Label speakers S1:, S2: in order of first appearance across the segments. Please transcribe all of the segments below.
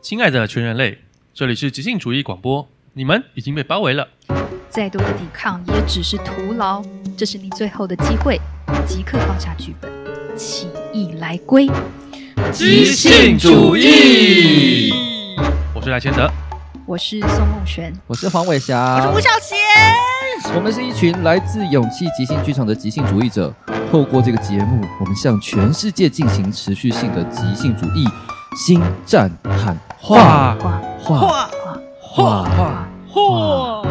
S1: 亲爱的全人类，这里是即兴主义广播，你们已经被包围了。
S2: 再多的抵抗也只是徒劳，这是你最后的机会，即刻放下剧本，起义来归。
S1: 即兴主义，我是赖千德，
S2: 我是宋梦璇，
S3: 我是黄伟
S4: 我
S1: 啊
S4: 是
S3: 翔
S4: 吴，小贤。
S3: 我们是一群来自勇气即兴剧场的即兴主义者。透过这个节目，我们向全世界进行持续性的即兴主义新战喊话
S2: 哇
S3: 话
S4: 嚯
S3: 话话。
S4: 嚯嚯！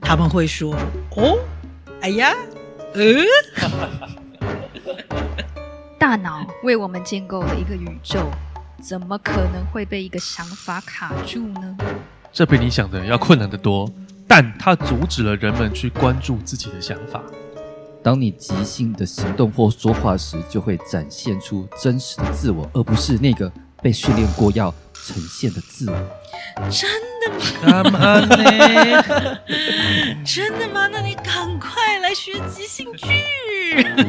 S4: 他们会说：“哦，哎呀，呃，
S2: 大脑为我们建构了一个宇宙，怎么可能会被一个想法卡住 呢？
S1: 这比你想的要困难得多，但它阻止了人们去关注自己的想法。
S3: 当你即兴的行动或说话时，就会展现出真实的自我，而不是那个被训练过要呈现的自我。
S4: 真
S1: 干嘛呢？
S4: 真的吗？那你赶快来学即兴剧。”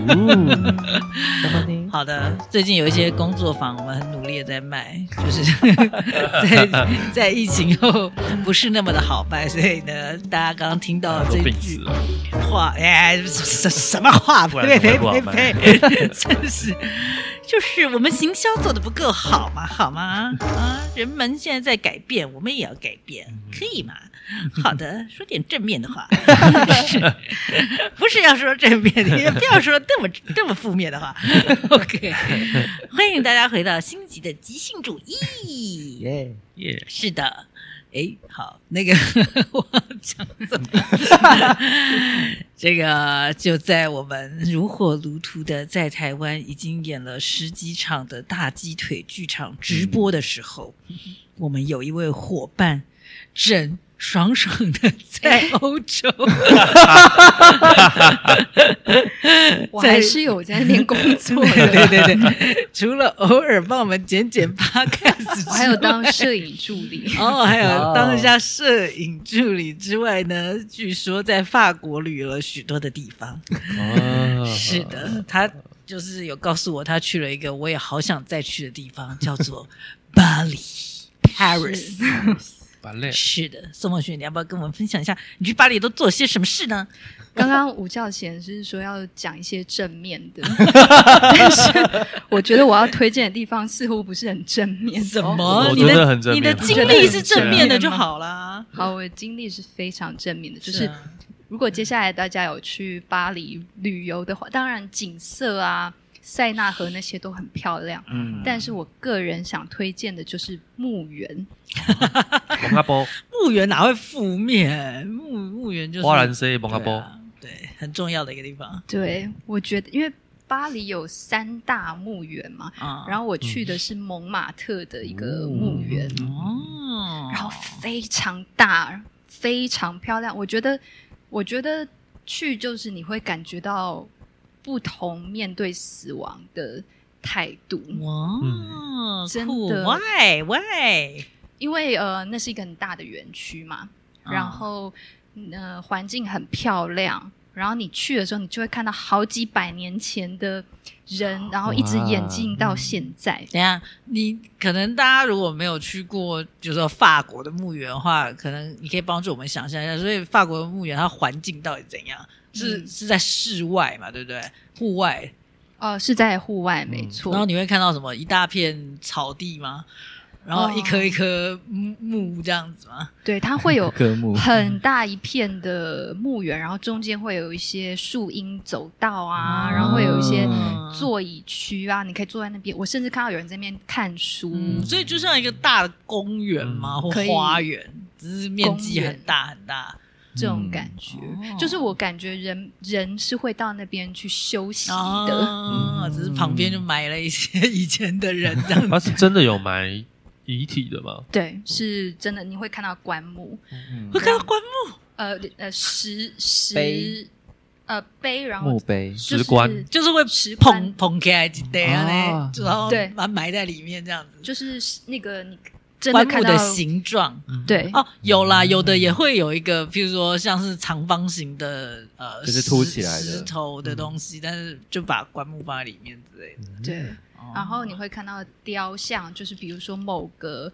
S1: 嗯
S4: 好的，最近有一些工作坊，我们很努力的在卖，就是 在在疫情后不是那么的好卖，所以呢，大家刚刚听到
S1: 都
S4: 这
S1: 病死
S4: 句
S1: 了。
S4: 话，哎，什什么话？
S1: 不
S4: 呸
S1: 然怎
S4: 呸呸
S1: 么会
S4: 呸
S1: 不好
S4: 呸！ 真是，就是我们行销做的不够好嘛，好吗？啊，人们现在在改变，我们也要改变，
S1: 嗯
S4: 可以吗？好的，说点正面的话， 是不是要说正面的，也不要说这么这么负面的话。OK，欢迎大家回到星级的即兴主义。
S3: 耶！
S1: 耶！
S4: 是的，诶，好，那个 我讲怎么？ 这个就在我们如火如荼的在台湾已经演了十几场的大鸡腿剧场直播的时候，我们有一位伙伴正爽爽的在欧 洲，
S2: 我还是有在那边工作
S4: 对
S2: 的，
S4: 对对，除了偶尔帮我们剪剪 podcast，。
S2: 我还有当摄影助理
S4: 哦，还有
S3: 哇哦
S4: 当一下摄影助理之外呢，据说在法国旅了许多的地方。
S1: 嗯
S4: 是
S1: 哦
S4: 的，他就是有告诉我，他去了一个我也好想再去的地方，叫做巴黎 （Paris）。
S1: 把累。
S4: 是的，宋梦雪，你要不要跟我们分享一下，你去巴黎都做了些什么事呢？
S2: 刚刚吴教贤是说要讲一些正面的， 但是我觉得我要推荐的地方似乎不是很正面。
S4: 什
S1: 我
S4: 么？
S1: 我
S4: 哦你
S1: 觉得
S4: 的
S1: 很正
S4: 你
S1: 面
S4: 的
S1: 我
S4: 经
S2: 觉得
S4: 历
S2: 很
S4: 是
S2: 正
S4: 正面的
S2: 面
S4: 就
S2: 吗
S4: 好啦。
S2: 好，我的经历是非常正面的，就是
S4: 啊
S2: 如果接下来大家有去巴黎旅游的话，当然景色啊、塞纳河那些都很漂亮。
S3: 嗯，
S2: 但是我个人想推荐的就是墓园，
S1: 蒙阿波，
S4: 墓园哪会负面？墓墓园就是
S1: 花兰 C 蒙阿
S4: 对
S1: 波，
S4: 啊对，很重要的一个地方
S2: 对我觉得，因为巴黎有三大墓园嘛，
S4: 啊。
S2: 然后我去的是蒙马特的一个墓园，
S4: 嗯哦，
S2: 然后非常大，非常漂亮。我觉得，我觉得去就是你会感觉到不同面对死亡的态度，
S4: 哇，
S2: 真
S4: 酷
S2: 的
S4: ，why why？
S2: 因为呃，那是一个很大的园区嘛，
S4: 嗯
S2: 然后呃，环境很漂亮。然后你去的时候，你就会看到好几百年前的人，
S4: 哦
S2: 然后一直演进到现在。
S4: 等一下，你可能大家如果没有去过，比如说法国的墓园的话，可能你可以帮助我们想象一下，所以法国的墓园它环境到底怎样？是
S2: 嗯
S4: 是在室外嘛，对不对？户外，
S2: 哦、是在户外，没
S1: 嗯
S2: 错。
S4: 然后你会看到什么？一大片草地吗？然后一棵
S2: 哦
S4: 一棵木木这样子吗？
S2: 对，它会 有
S3: 科目
S2: 很大一片的墓园，然后中间会有一些树荫走道啊，然后会有一些
S4: 嗯
S2: 座椅区啊，你可以坐在那边。我甚至看到有人在那边看书，
S4: 嗯，所以就像一个大的公园嘛，
S1: 嗯
S4: 或
S2: 可以
S4: 花园，只是面积
S2: 公园
S4: 很大很大。
S2: 这种感觉，
S4: 哦
S2: 就是我感觉人人是会到那边去休息的。
S4: 哦，只是旁边就埋了一些以前的人这样子。
S1: 他是真的有埋遗体的吗？
S2: 对，是真的，你会看到棺木，
S4: 我看到棺木
S2: 呃呃石石
S3: 碑
S2: 呃碑，然后
S3: 墓碑
S2: 就是
S1: 石棺
S4: 就是会
S2: 石
S4: 捧
S2: 棺
S4: 捧起来一袋啊嘞
S3: 啊，
S4: 然后
S2: 对
S4: 把它埋在里面这样子。
S2: 就是那个你真的
S4: 棺
S2: 看
S4: 木
S2: 到嗯
S4: 的形状。
S2: 对，
S4: 哦，有啦，有的也会有一个，比如说像是长方形的呃，
S3: 就是
S4: 石
S3: 凸起来的
S4: 石头的东西，但是就把棺木放在里面之类的。
S2: 对，
S4: 哦
S2: 然后你会看到雕像，就是比如说某个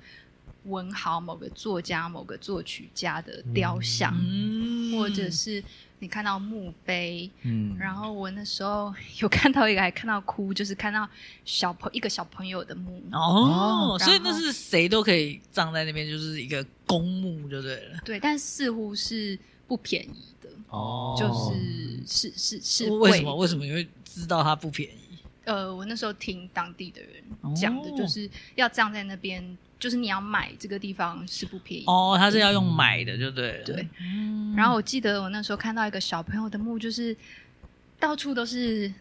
S2: 文豪、某个作家、某个作曲家的雕像，
S4: 嗯
S2: 或者是你看到墓碑。
S3: 嗯
S2: 然后我那时候 有看到一个，还看到哭，就是看到小朋一个小朋友的墓。
S4: 哦
S2: 哦，
S4: 所以
S2: 然
S4: 那
S2: 后
S4: 是谁都可以葬在那边，就是一个公墓就对了。
S2: 对，但似乎是不便宜的，
S1: 嗯
S3: 哦
S2: 就是是是是
S4: 为
S2: 贵
S4: 什么？为什么你会知道它不便宜？
S2: 呃，我那时候听当地的人讲
S4: 哦
S2: 的，就是要葬在那边，就是你要买这个地方是不便宜。
S4: 哦，它是要用买的就对了。
S2: 对
S4: 嗯，
S2: 然后我记得我那时候看到一个小朋友的墓，就是到处都是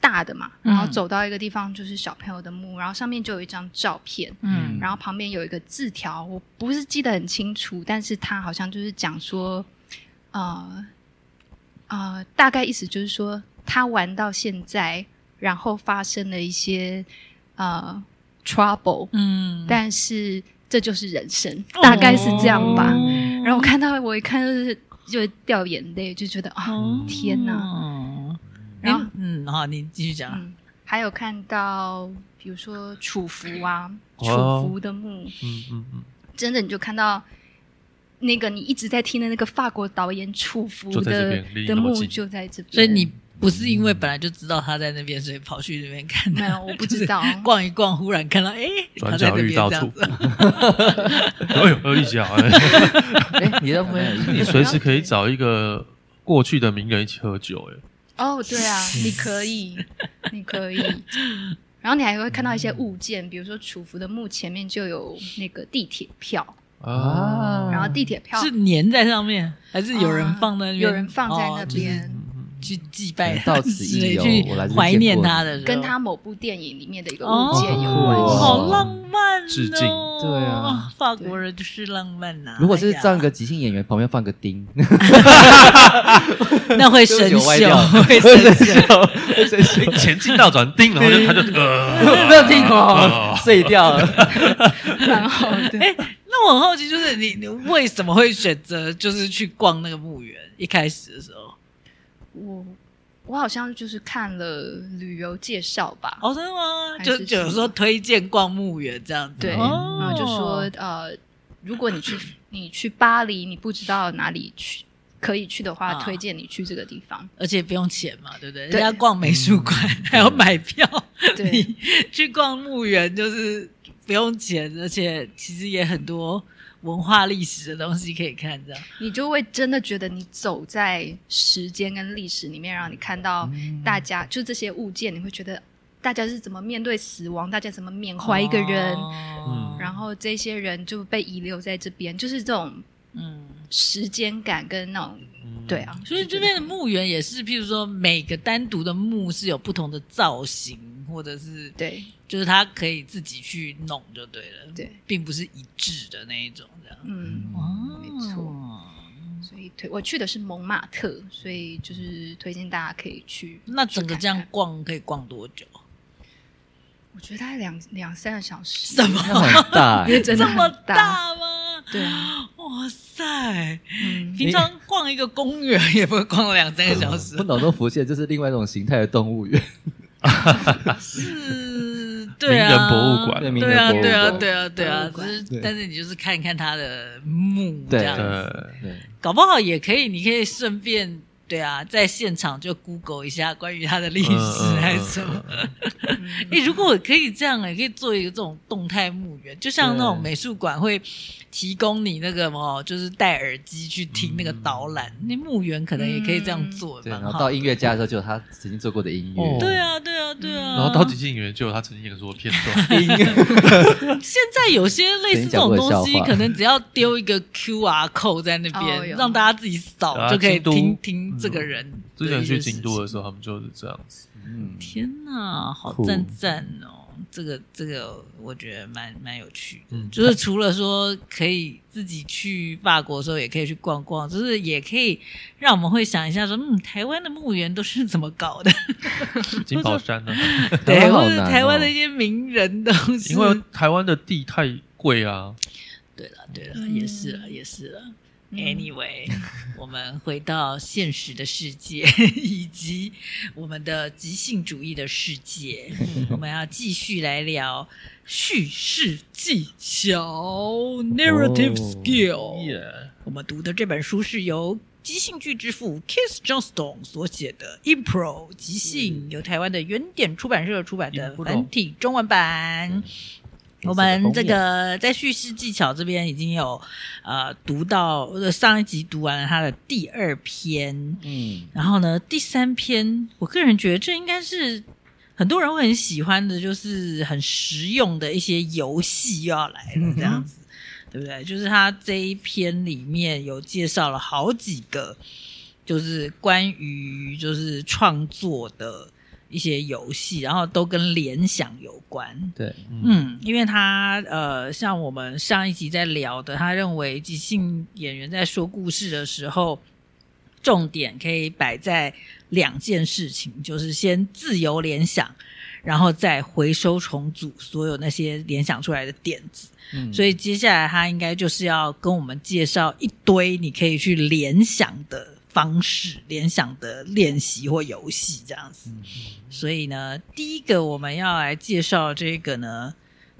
S2: 大的嘛，
S4: 嗯
S2: 然后走到一个地方就是小朋友的墓，然后上面就有一张照片，
S4: 嗯
S2: 然后旁边有一个字条，我不是记得很清楚，但是他好像就是讲说，呃呃，大概意思就是说他玩到现在，然后发生了一些呃 trouble，、
S4: 嗯
S2: 但是这就是人生，大概是这样吧。
S4: 哦
S2: 然后我看到我一看就是就掉眼泪，就觉得啊、
S4: 哦
S2: 天哪！
S4: 哪！
S2: 然后
S4: 哦嗯，好，你继续讲。
S2: 嗯，还有看到比如说楚服啊，
S1: 哦
S2: 楚服的墓，
S1: 嗯嗯嗯，
S2: 真的你就看到那个你一直在听的那个法国导演楚服
S1: 就在这
S2: 的
S1: 边离
S2: 的
S1: 那么
S2: 墓
S1: 近
S2: 就在这边，
S4: 所以你不是因为本来就知道他在那边，所以跑去那边看
S2: 没
S4: 他？
S2: 有我不知道
S4: 逛一逛，忽然看到，哎，他
S1: 转
S4: 在
S1: 角
S4: 那边
S1: 遇到
S4: 这样
S1: 处
S4: 子。，
S1: 哎呦，有一家，哎
S3: 哎，你的朋友
S1: 你随时可以找一个过去的名人一起喝酒，哎，
S2: 哦，对啊，你可以，你可以。然后你还会看到一些物件，比如说楚服的墓前面就有那个地铁票，
S1: 啊，
S2: 然后地铁票
S4: 嗯是粘在上面，还是有人
S2: 啊
S4: 放在那边？
S2: 有人放在那
S4: 哦就是
S2: 边，
S1: 嗯
S4: 去祭拜他
S3: 哎到此
S4: 之
S3: 一
S4: 类，
S3: 游
S4: 去
S3: 我来这边
S4: 怀
S3: 见
S4: 念
S3: 过
S4: 他
S3: 你
S4: 的时候，
S2: 跟他某部电影里面的一个
S4: 哦
S2: 物件有关
S3: 酷哦
S2: 系。
S4: 好浪漫哦，
S1: 致敬
S3: 对啊，
S4: 法国人就是浪漫啊哎呐。
S3: 如果是
S4: 这
S3: 葬一个即兴演员，旁边放个钉，
S4: 那会生
S3: 有歪掉
S4: 锈， 会生 锈。
S3: 会生锈，
S1: 哎前进倒转，叮，然后就他就呃，
S3: 没有听 过
S1: 哦，
S3: 碎掉了。
S2: 蛮好
S4: 哦
S2: 的。
S4: 哎那我很好奇，就是你你为什么会选择就是去逛那个墓园？一开始的时候，
S2: 我我好像就是看了旅游介绍吧，
S4: 哦，真的吗？
S2: 还
S4: 就是就有
S2: 什么
S4: 说推荐逛墓园这样子，
S2: 对，
S4: 哦
S2: 然后就说呃，如果你去你去巴黎，你不知道哪里去可以去的话，
S4: 啊
S2: 推荐你去这个地 方。
S4: 而且不用钱嘛，对不对？人
S2: 对
S4: 家逛美术馆 还要买票，
S2: 对
S4: 你去逛墓园就是不用钱，而且其实也很多文化历史的东西可以看，这样。
S2: 你就会真的觉得你走在时间跟历史里面，然后你看到
S4: 嗯
S2: 大家、就这些物件，你会觉得大家是怎么面对死亡，大家怎么缅怀一个人，
S4: 哦
S1: 嗯
S2: 然后这些人就被遗留在这边，就是这种
S4: 嗯，
S2: 时间感跟那种对啊，
S4: 所以
S2: 就觉
S4: 这
S2: 得
S4: 边的墓园也是，譬如说每个单独的墓是有不同的造型，或者是
S2: 对
S4: 就是它可以自己去弄就对了，
S2: 对，
S4: 并不是一致的那一种这样。
S2: 嗯，
S4: 哦，
S2: 没错。所以推我去的是蒙马特，所以就是推荐大家可以去。
S4: 那整个
S2: 去
S4: 这
S2: 看
S4: 样
S2: 看
S4: 逛可以逛多 久？
S2: 我觉得大概两两三个小时，
S4: 什么
S3: 那很大
S2: 因为真的
S4: 这么
S2: 很大，
S4: 大吗？
S2: 对啊，
S4: 哇塞！
S2: 嗯，
S4: 平常逛一个公园也不会逛两三个小时
S3: 我，脑中浮现就是另外一种形态的动物园，
S4: 是，对啊，
S1: 名人博物馆
S3: 对名
S4: 对
S3: 人
S4: 啊，
S3: 博物
S4: 对啊，
S3: 馆。
S4: 对啊，对啊，
S2: 博物
S4: 只
S2: 馆
S4: 是
S3: 对
S4: 但是你就是看看他的墓
S3: 对
S4: 这样子，
S1: 对，嗯
S3: 对
S4: 搞不好也可以，你可以顺便对啊，在现场就 Google 一下关于他的历史
S1: 嗯嗯
S4: 还是什么。哎，如果可以这样，也可以做一个这种动态墓园，就像那种
S3: 对
S4: 美术馆会提供你那个哦，就是戴耳机去听那个导览，那墓园可能也可以这样做，
S3: 嗯对，
S4: 蛮
S3: 然后
S4: 好
S3: 到。音乐家的时候，就有他曾经做过的音乐。
S1: 哦
S4: 对啊，对啊，对啊。
S1: 然后到极限演员就有他曾经演说的片 段，
S3: 音乐
S4: 现在有些类似这种东西，可能只要丢一个 QR code 在那
S2: 哦
S4: 边，
S2: 有
S4: 让大家自己扫
S1: 啊
S4: 就可以
S1: 京都
S4: 听听这个
S1: 嗯
S4: 人的
S1: 之
S4: 一些
S1: 前
S4: 事
S1: 去
S4: 情。
S1: 京都的时候，他们就是这样子，
S3: 嗯
S4: 天呐，好
S3: 酷
S4: 赞赞哦！这个这个，我觉得蛮蛮有趣的。
S1: 嗯
S4: 就是除了说可以自己去法国的时候，也可以去逛逛，就是也可以让我们会想一下说，嗯，台湾的墓园都是怎么搞的？
S1: 金 宝山呢，
S3: 台
S4: 对，
S3: 湾好
S4: 或者
S3: 难哦
S4: 台湾的一些名人都是
S1: 因为台湾的地太贵啊。
S4: 对了，对了，
S2: 嗯
S4: 也是了，也是了。
S2: 嗯
S4: Anyway，我们回到现实的世界， 以及我们的即兴主义的世界，
S2: 嗯
S4: 我们要继续来聊叙事技巧
S2: Oh，
S4: （narrative skill）。我们读的这本书是由即兴剧之父 Keith Johnston 所写的《Impro 即兴》，
S2: 嗯
S4: 由台湾的原点出版社出版的
S1: Impro
S4: 繁体中文版。我们这个在叙事技巧这边已经有呃读到呃上一集读完了它的第二篇，
S3: 嗯，
S4: 然后呢第三篇，我个人觉得这应该是很多人会很喜欢的，就是很实用的一些游戏又要来了这样子，对不对？就是它这一篇里面有介绍了好几个，就是关于就是创作的一些游戏，然后都跟联想有关，
S3: 对，
S4: 嗯，因为他呃，像我们上一集在聊的，他认为即兴演员在说故事的时候，重点可以摆在两件事情，就是先自由联想，然后再回收重组所有那些联想出来的点子。
S3: 嗯
S4: 所以接下来他应该就是要跟我们介绍一堆你可以去联想的方式、联想的练习或游戏这样子。
S3: 嗯
S4: 所以呢，第一个我们要来介绍这个呢，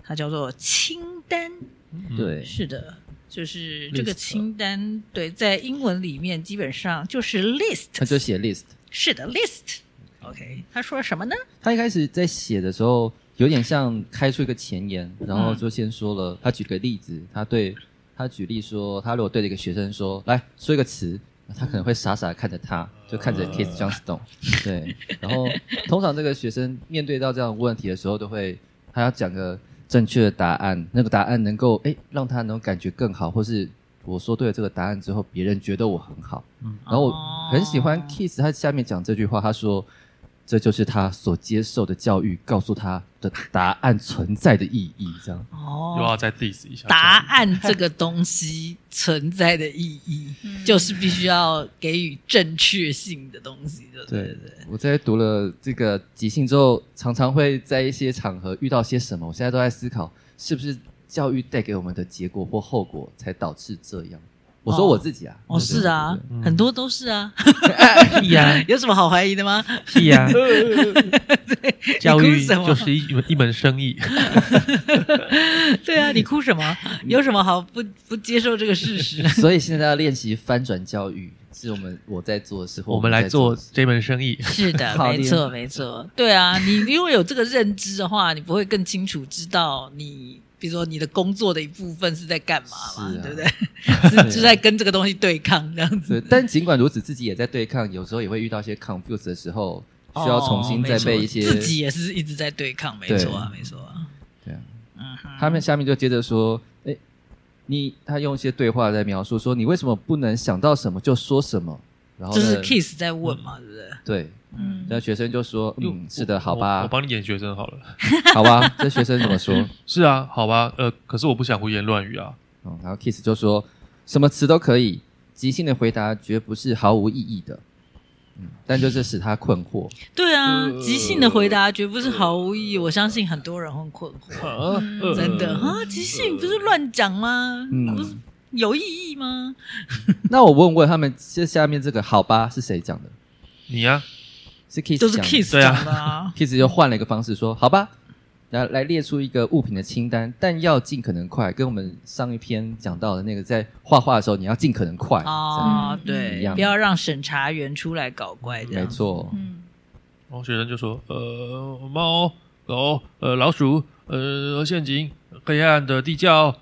S4: 它叫做清单。
S1: 嗯，
S3: 对，
S4: 是的，就是
S1: ，list
S4: 这个清单，对，在英文里面基本上就是 list。
S3: 他就写 list。
S4: 是的，list。OK，他说什么呢？
S3: 他一开始在写的时候，有点像开出一个前言，然后就先说了，他举了个例子，他对他举例说，他如果对着一个学生说，来说一个词。他可能会傻傻地看着他，就看着 Kiss Johnston，对。然后通常这个学生面对到这样的问题的时候，都会他要讲个正确的答案，那个答案能够诶让他能感觉更好，或是我说对了这个答案之后，别人觉得我很好。然后我很喜欢
S4: 哦
S3: Kiss，他下面讲这句话，他说这就是他所接受的教育告诉他的答案存在的意义，这样。
S4: 哦，
S1: 又要再 diss 一下
S4: 答案这个东西存在的意义，
S2: 嗯
S4: 就是必须要给予正确性的东西，对不对？对对
S3: 我在读了这个即兴之后，常常会在一些场合遇到些什么，我现在都在思考，是不是教育带给我们的结果或后果才导致这样。我说
S4: 哦
S3: 我自己啊，
S4: 哦，是啊，
S1: 嗯
S4: 很多都是 啊，
S3: 哎
S1: 屁呀
S4: 有什么好怀疑的吗？
S1: 屁呀，啊 教
S4: 你
S1: 育
S4: 哭什么
S1: 就是一门一门生意，
S4: 对啊，你哭什么？有什么好不不接受这个事 实？
S3: 所以现在要练习翻转教育，是我们我在做的事，或
S1: 我们来
S3: 在
S1: 做
S3: 的事
S1: 这门生意。
S4: 是的，
S3: 好
S4: 没
S3: 厉害
S4: 错，没错，对啊，你如果有这个认知的话，你不会更清楚知道你，比如说你的工作的一部分是在干嘛嘛，
S3: 是啊
S4: 对不 对？是是在跟这个东西对抗这样子。
S3: 对，但尽管如此，自己也在对抗，有时候也会遇到一些 confuse 的时候，需要重新再被一些、
S4: 哦没错自己也是一直在对抗，没错啊，没错啊。
S3: 对啊。
S4: 嗯哼，
S3: 他们下面就接着说，哎，你他用一些对话在描述说，你为什么不能想到什么就说什么？然后
S4: 就
S3: 呢
S4: 是 Kiss 在问嘛，对不对？
S3: 对，
S2: 嗯
S3: 那学生就说，嗯，是的，好
S1: 我
S3: 吧
S1: 我，帮你演学生好了。
S3: 好吧。这学生怎么说？
S1: 是啊，好吧，呃，可是我不想胡言乱语啊。
S3: 嗯，然后 Kiss 就说什么词都可以，即兴的回答绝不是毫无意义的。嗯，但就是使他困惑。
S4: 对啊，
S1: 呃
S4: 即兴的回答绝不是毫无意义，我相信很多人会困惑，
S3: 呃
S2: 嗯
S4: 真的啊，即兴不是乱讲吗？
S3: 嗯
S4: 不是有意义吗？
S3: 那我问问他们，这下面这个好吧是谁讲的？
S1: 你啊呀、
S3: 是 Kiss
S4: 都是
S3: 讲的
S4: Kiss
S1: 对啊
S4: 讲的 啊，
S3: Kiss 就换了一个方式说：“好吧，来来列出一个物品的清单，但要尽可能快，跟我们上一篇讲到的那个在画画的时候，你要尽可能快。
S4: 哦，
S2: 这样
S3: 一
S4: 对，
S3: 样
S4: 不要让审查员出来搞怪，
S3: 这
S4: 这
S3: 样
S4: 样
S3: 没。错，
S2: 嗯
S1: 然后学生就说：“呃，猫、狗、呃，老鼠、呃，陷阱、黑暗的地窖。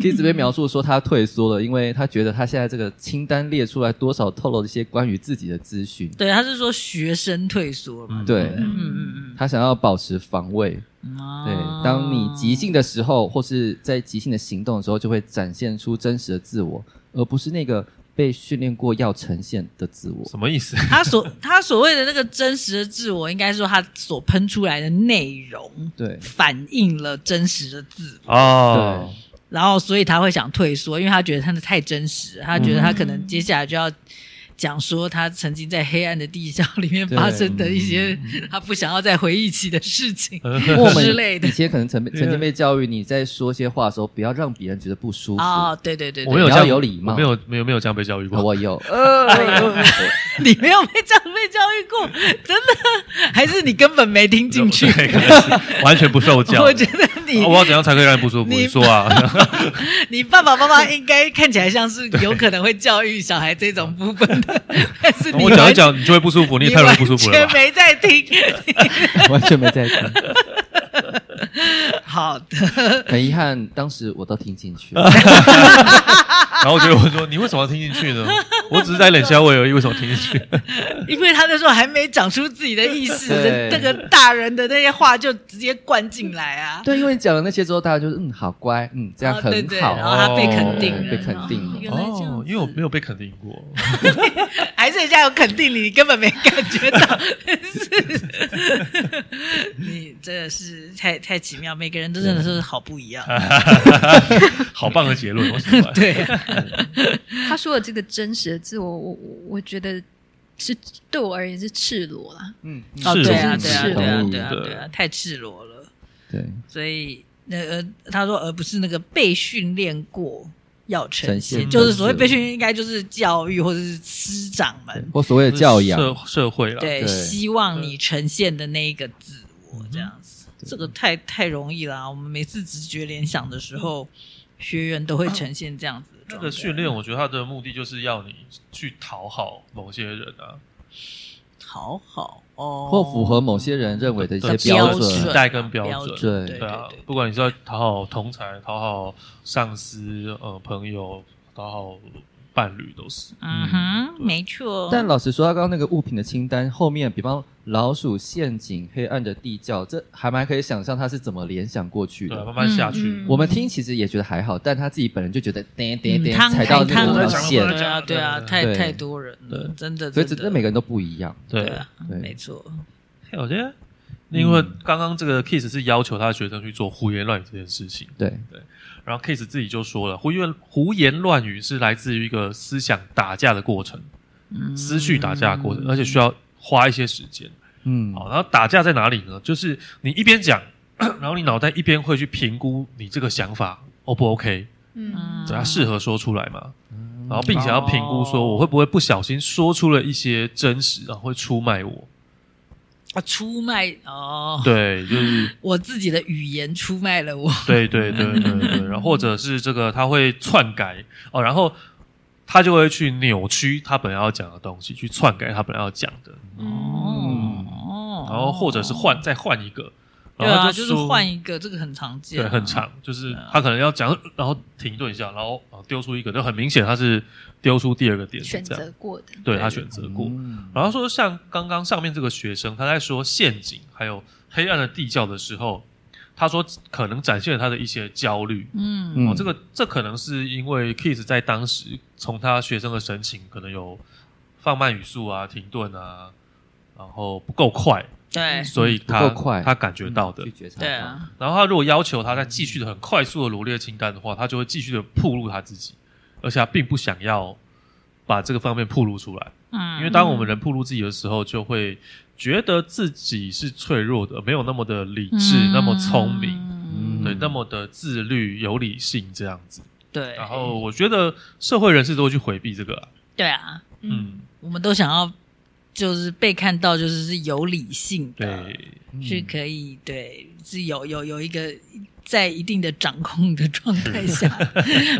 S3: Kiss 被描述说他退缩了，因为他觉得他现在这个清单列出来，多少透露了一些关于自己的资讯。
S4: 对，他是说学生退缩嘛，
S3: 对
S4: 嗯嗯嗯
S3: 他想要保持防卫。
S4: 嗯，哦
S3: 对，当你即兴的时候，或是在即兴的行动的时候，就会展现出真实的自我，而不是那个被训练过要呈现的自我”。
S1: 什么意思？
S4: 他所 他所谓的那个真实的自我，应该说他所喷出来的内容
S3: 对，
S4: 反映了真实的自我，
S1: 哦，
S4: 然后所以他会想退缩，因为他觉得他的太真实了，他觉得他可能接下来就要讲说他曾经在黑暗的地窖里面发生的一些
S1: 嗯
S4: 他不想要再回忆起的事情
S1: 呃
S3: 因为我们
S4: 之类的
S3: 以。前可能 曾被曾经被教育，你在说些话的时候，不要让别人觉得不舒服。
S4: 哦，对对对
S1: 我
S4: 对
S1: 没，有
S3: 比
S1: 这
S3: 较
S1: 样
S3: 有礼貌
S1: 我没有没有没有这样被教育过。
S3: 我有，
S4: 你没有被这样被教育过，真的？还是你根本没听进 去？
S1: 对可能是完全不受教。
S4: 我觉得 你
S1: 啊我要怎样才可以让你不舒服？
S4: 你
S1: 你说啊，
S4: 你爸爸妈妈应该看起来像是有可能会教育小孩这种部分的， 但是 你
S1: 我讲一讲，你就会不舒服，
S4: 完，
S1: 你也太容易不舒服
S4: 你
S1: 了
S4: 完
S1: 吧
S4: 全？没在听。
S3: 完全没在听。
S4: 好的，
S3: 很遗憾，当时我都听进 去了。
S1: 然后我就问说，你为什么要听进去 呢？我只是在冷笑话而已，为什么听进去？
S4: 因为他那时候还没长出自己的意识，
S3: 对
S4: 那个大人的那些话就直接灌进来啊。
S3: 对，因为你讲了那些之后，大家就是嗯，好乖，嗯，这样
S4: 哦
S3: 很
S4: 对对，然
S3: 好。
S4: 后他被肯定
S3: 哦
S4: 了，
S3: 被肯定了
S4: 哦原来这样
S1: 哦，因为我没有被肯定过，
S4: 还是人家有肯定你，你根本没感觉到。是， 你真的是太太奇妙，每个人都真的是好不一样。
S1: 好棒的结论，我喜欢。
S4: 对啊，
S2: 他说的这个真实的自我，我我我觉得是对我而言是赤裸啦。
S3: 嗯，
S4: 哦
S1: 是
S4: 对啊，
S1: 是
S4: 对啊，
S2: 是
S4: 对啊，
S3: 同意
S4: 对啊，
S1: 对
S4: 对啊，太赤裸了。
S3: 对，
S4: 所以那呃，他说而不是那个被训练过要呈
S3: 呈
S4: 现，
S3: 现
S4: 就是
S3: 的
S4: 所谓
S3: 是
S4: 被训练，应该就是教育或者是师长们
S3: 或所谓的教养，
S1: 社社会了，
S4: 对
S3: 对
S4: 希望你呈现的那一个自我这样子。
S3: 对
S4: 这个太太容易啦，我们每次直觉联想的时候，学员都会呈现这样子的
S1: 那
S4: 状态。
S1: 个训练，我觉得他的目的就是要你去讨好某些人啊，
S4: 好好哦，
S3: 或符合某些人认为的一些
S1: 的
S3: 标
S4: 标准
S1: 时
S3: 准。
S1: 代跟标
S4: 标
S1: 准
S3: 准
S4: 对
S1: 对啊
S4: 对，
S1: 不管你是要讨好同才、讨好上司、呃朋友、讨好伴侣，都是。
S4: 嗯哼，没错。
S3: 但老实说，刚刚那个物品的清单后面，比方老鼠陷阱、黑暗的地窖，这还蛮可以想象他是怎么联想过去
S1: 对啊，慢
S3: 的。
S1: 慢下去
S2: 嗯。
S3: 我们听其实也觉得还好，但他自己本人就觉得颠颠
S4: 嗯
S3: 颠
S4: 汤
S3: 踩到
S4: 太
S3: 那
S4: 烫
S3: 个
S4: 了，
S1: 汤
S3: 线，
S1: 了
S4: 对啊，对啊，
S1: 对
S4: 太
S3: 对
S4: 太多人了
S1: 对，
S4: 真的，
S3: 所以
S4: 真
S3: 只
S4: 的
S3: 是每个人都不一样。
S4: 对
S1: 对，
S4: 啊，
S3: 对
S4: 没错，
S1: 我觉得，因为
S3: 嗯
S1: 刚刚这个 Kiss 是要求他的学生去做胡言乱语这件事情，
S3: 对，
S1: 然后 Kiss 自己就说了，胡言胡言乱语是来自于一个思想打架的过程，
S4: 嗯
S1: 思绪打架的过程，而且需要花一些时间。
S3: 嗯，
S1: 好，然后打架在哪里呢？就是你一边讲，然后你脑袋一边会去评估你这个想法 O 不 OK，
S2: 嗯，
S1: 对它
S4: 嗯
S1: 适合说出来嘛？
S3: 嗯
S1: 然后并且要评估说
S4: 哦
S1: 我会不会不小心说出了一些真实，然后会出卖我。
S4: 啊出卖哦，，
S1: 对，就是
S4: 我自己的语言出卖了我，
S1: 对对对对对，然后或者是这个他会篡改哦，然后他就会去扭曲他本来要讲的东西，去篡改他本来要讲的，
S2: 嗯
S4: 哦，
S1: 然后或者是换再换一个，
S4: 对
S1: 然后
S4: 啊，
S1: 他
S4: 就
S1: 就是说
S4: 换一个，这个很常见
S1: 对
S4: 啊，
S1: 很长，就是他可能要讲，然后停顿一下，然后啊丢出一个，就很明显他是丢出第二个点，
S2: 选
S1: 这样
S2: 择过的，
S1: 对他选择过。
S3: 嗯
S1: 然后说，像刚刚上面这个学生，他在说陷阱还有黑暗的地窖的时候，他说可能展现了他的一些焦虑，
S4: 嗯，
S3: 嗯
S1: 哦，这个这可能是因为 Kiss 在当时从他学生的神情可能有放慢语速啊、停顿啊，然后不够快，
S4: 对
S1: 所以他
S3: 不够快
S1: 他感觉到的
S3: 嗯去。觉察
S4: 对
S3: 到
S4: 啊，
S1: 然后他如果要求他再继续的很快速的罗列清单的话，他就会继续的暴露他自己，而且他并不想要把这个方面暴露出来，
S4: 嗯，
S1: 因为当我们人暴露自己的时候，就会觉得自己是脆弱的，没有那么的理智，
S4: 嗯
S1: 那么聪明，
S4: 明
S1: 对
S3: 嗯，
S1: 那么的自律、有理性这样子。
S4: 对，
S1: 然后我觉得社会人士都会去回避这个啊、
S4: 对啊，
S1: 嗯，
S4: 我们都想要就是被看到，就是是有理性的，
S1: 对，啊
S3: 嗯
S4: 是可以对，是有有有一个在一定的掌控的状 态下，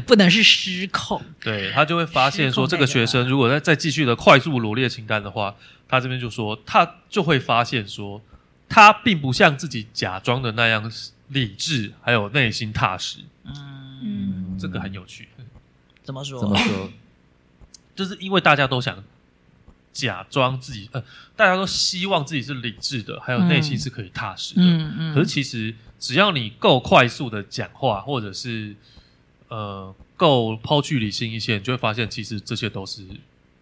S4: 不能是失控。
S1: 对他就会发现说，
S4: 失控
S1: 这个学生如果再再继续的快速罗列清单的话，他这边就说，他就会发现说，他并不像自己假装的那样理智，还有内心踏实，
S4: 嗯，
S2: 嗯，
S1: 这个很有趣，
S4: 怎么说？
S3: 怎么说？
S1: 就是因为大家都想。假装自己，呃，大家都希望自己是理智的，还有内心是可以踏实的。
S4: 嗯嗯，
S1: 可是其实只要你够快速的讲话，或者是呃够抛去理性一些，你就会发现其实这些都是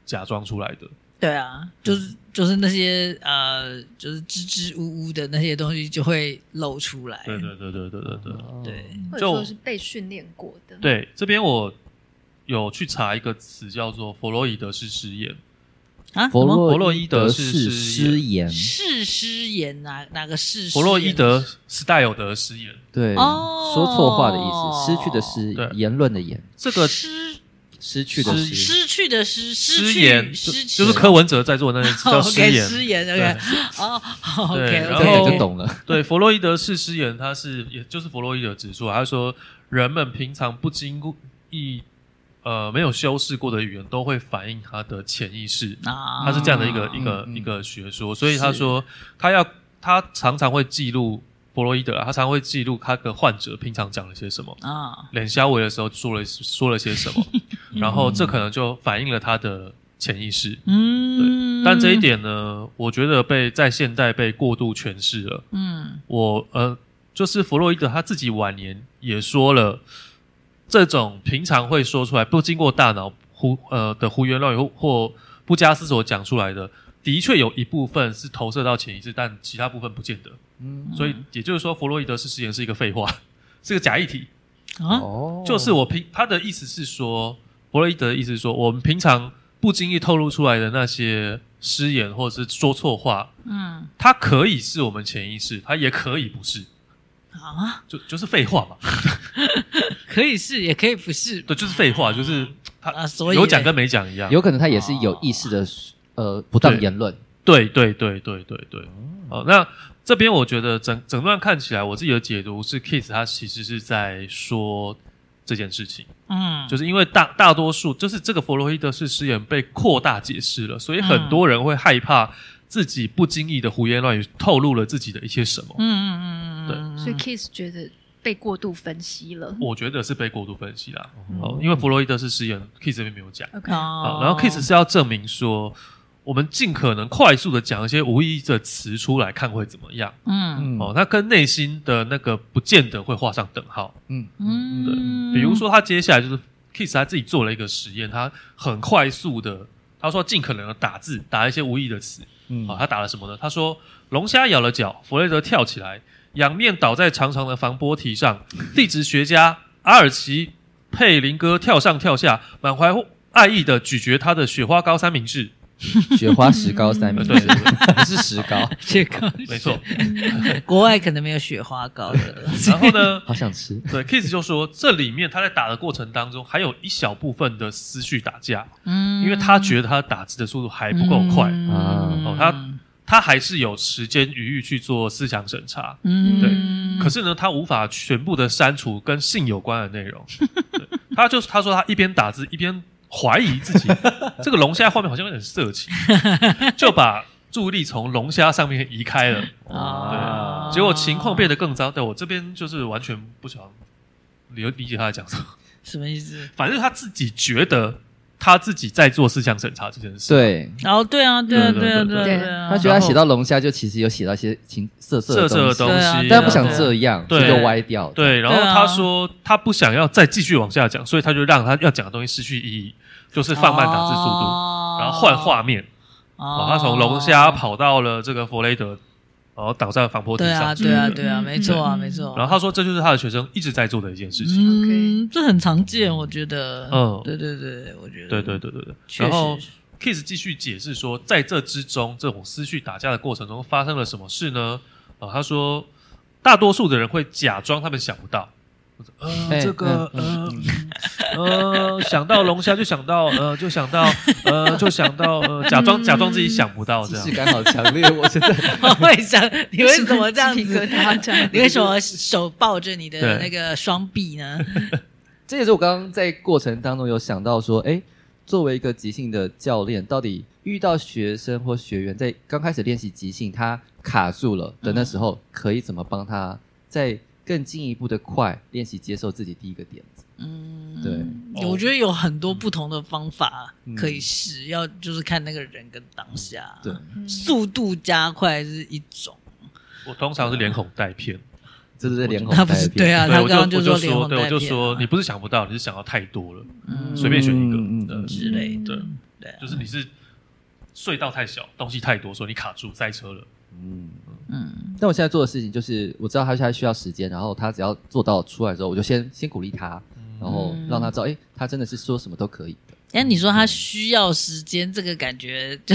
S1: 假装出来的。
S4: 对
S1: 嗯
S4: 啊，就是就是那些呃，就是支支吾吾的那些东西就会露出来。
S1: 对对对对对对对
S4: 对，
S2: 或者
S1: 嗯就
S2: 说是被训练过的，
S1: 对，这边我有去查一个词叫做弗洛伊德式失言，
S4: 啊，
S3: 弗
S1: 什么弗
S3: 洛
S1: 洛
S3: 伊
S1: 伊德
S3: 是
S1: 是
S3: 失
S1: 失
S3: 言，
S4: 是失言哪哪个是
S1: 弗洛伊德
S4: 失
S1: style 的失言，
S3: 对，
S4: 哦
S3: 说错话的意思，失去的
S1: 对
S3: 失，言论的言，
S1: 这
S4: 言
S1: 个
S4: 失
S3: 失去的
S1: 失
S3: 失，
S4: 失去的失失
S1: 失
S4: 去
S1: 言就
S4: 失去哦
S1: 就是柯文哲在做的那 一次叫失
S4: OK
S1: 言。
S4: 失言
S1: 对
S4: OK 哦 OK
S1: 对
S4: OK
S1: 然
S3: 对，
S1: 后
S3: 就懂了。
S1: 对，弗洛伊德式失言，他是也就是弗洛伊德指出啊，他说人们平常不经意呃没有修饰过的语言，都会反映他的潜意识。
S4: 啊，
S1: 他是这样的一个、
S3: 嗯
S1: 一个、
S3: 嗯
S1: 一个学说，所以他说他要他常常会记录弗洛伊德，啊他常会记录他的患者平常讲了些什么，
S4: 啊
S1: 脸消微的时候说了说了些什么，然后这可能就反映了他的潜意识。
S4: 嗯，
S1: 但这一点呢，我觉得被在现代被过度诠释了。
S4: 嗯
S1: 我呃，就是弗洛伊德他自己晚年也说了，这种平常会说出来不经过大脑胡呃的胡言乱语或或不加思索讲出来的，的确有一部分是投射到潜意识，但其他部分不见得。
S3: 嗯，
S1: 所以也就是说，弗洛伊德式失言是一个废话，是个假议题。
S4: 啊
S3: 哦
S1: 就是我平他的意思是说，弗洛伊德的意思是说，我们平常不经意透露出来的那些失言或者是说错话，
S4: 嗯
S1: 它可以是我们潜意识，它也可以不是。
S4: 啊，
S1: 就就是废话嘛，
S4: 可以是也可以不是，
S1: 对，就是废话，就是他
S4: 啊，所以
S1: 有讲
S4: 嘞
S1: 跟没讲一样。
S3: 有可能他也是有意识的，呃，不当言论。
S1: 哦对对对对对对。哦，那这边我觉得整整段看起来，我自己的解读是，Kiss 他其实是在说这件事情，
S4: 嗯
S1: 就是因为大大多数就是这个弗洛伊德式失言被扩大解释了，所以很
S4: 嗯
S1: 多人会害怕自己不经意的胡言乱语透露了自己的一些什么。
S4: 嗯嗯嗯嗯，
S2: 所以 Kiss 觉得被过度分析了。
S4: 哦
S1: 我觉得是被过度分析啦，
S2: 嗯
S1: 哦，因为弗洛伊德式失言，Kiss 这边没有讲。
S2: OK，
S4: 哦
S1: 好，然后 Kiss 是要证明说，我们尽可能快速的讲一些无意义的词出来，看会怎么样。
S4: 嗯
S1: 哦，那跟内心的那个不见得会画上等号。
S3: 嗯
S4: 嗯
S1: 对，比如说他接下来就是 Kiss 他自己做了一个实验，他很快速的，他说尽可能的打字，打一些无意义的词。啊
S3: 嗯
S1: 好、他打了什么呢？他说龙虾咬了脚，弗雷德跳起来，仰面倒在长长的防波堤上，地质学家阿尔奇佩林哥跳上跳下，满怀爱意的咀嚼他的雪花膏三明治。
S3: 雪花石膏三明
S1: 呃对
S3: 治
S1: 对 对，
S3: 不是石膏，
S4: 这个
S1: 没错。
S2: 嗯
S1: 呃
S4: 国外可能没有雪花膏 的，
S1: 然后呢，
S3: 好想吃。
S1: 对 Kiss 就说，这里面他在打的过程当中，还有一小部分的思绪打架，
S4: 嗯
S1: 因为他觉得他打字的速度还不够快，
S3: 啊
S1: 哦他他还是有时间余裕去做思想审查。
S4: 嗯
S1: 可是呢，他无法全部的删除跟性有关的内容。对他就是他说他一边打字一边怀疑自己，这个龙虾画面好像有点色情， 就把注意力从龙虾上面移开了。
S4: 啊，
S1: 结果情况变得更糟。对我这边就是完全不想理理解他在讲什么，
S4: 什么意思？
S1: 反正他自己觉得他自己在做思想审查这件事。
S3: 对，
S4: 哦，对啊，对啊，对啊，啊，对啊，
S3: 他觉得他写到龙虾，就其实有写到一些情色
S1: 色
S3: 色
S1: 色的
S3: 东
S1: 东
S4: 西
S3: 西，
S4: 对啊
S1: 西，
S3: 但不想这样，
S1: 对
S3: 这就歪掉。，
S1: 对，然后他说
S4: 啊
S1: 他不想要再继续往下讲，所以他就让他要讲的东西失去意义，就是放慢打字速度，
S4: 度
S1: 然后换，画面。哦，他从龙虾跑到了这个弗雷德，然后倒在防波堤
S4: 对啊，
S1: 上去
S4: 对啊，
S1: 了。
S4: 对啊，没错啊，没错。
S1: 然后他说，这就是他的学生一直在做的一件事情。
S4: 嗯，这很常见，我觉得。
S1: 嗯
S4: 对对对，我觉得
S1: 对对，对对对。
S4: 确
S1: 然后
S4: 实
S1: Kiss 继续解释说，在这之中，这种思绪打架的过程中发生了什么事呢？啊、他说，大多数的人会假装他们想不到。
S3: 哎
S1: 呃，这个
S3: 嗯
S1: 呃呃，想到龙虾就想到呃，就想到 呃，就想到呃，假
S4: 嗯
S1: 装假装自己想不到
S3: 即
S1: 这
S3: 视
S1: 样。
S3: 感好强烈，我真的
S4: 我会想，你为什么这样
S2: 鸡皮疙
S4: 子？
S2: 瘩这样
S4: 你为什么手抱着你的
S1: 对
S4: 那个双臂呢？
S3: 这也是我刚刚在过程当中有想到说，哎，作为一个即兴的教练，到底遇到学生或学员在刚开始练习即兴，他卡住了的那时候，可以怎么帮他在更进一步的快练习接受自己第一个点子？
S4: 嗯，
S1: 对哦
S4: 我觉得有很多不同的方法
S3: 嗯
S4: 可以试，要就是看那个人跟当下。
S3: 对，
S2: 嗯
S4: 速度加快是一种，
S1: 我通常是连哄带骗，
S3: 这就是脸孔
S4: 他不是对啊，他
S1: 对，我
S4: 刚
S1: 就
S4: 刚
S1: 我
S4: 说
S1: 就
S4: 连
S1: 说，
S4: 哄
S1: 对，我
S4: 带
S1: 就
S4: 骗
S1: 说
S4: 啊
S1: 你不是想不到，你是想到太多了，
S4: 嗯
S1: 随便选一个
S3: 嗯嗯嗯
S1: 呃
S4: 之类的，
S1: 对
S4: 对啊，
S1: 就是你是隧道太小，东西太多，所以你卡住塞车了。
S3: 嗯。
S4: 嗯
S3: 但我现在做的事情就是，我知道他现在需要时间，然后他只要做到出来之后，我就先先鼓励他，然后让他知道，哎、他真的是说什么都可以的。
S4: 但你说他需要时间，这个感觉就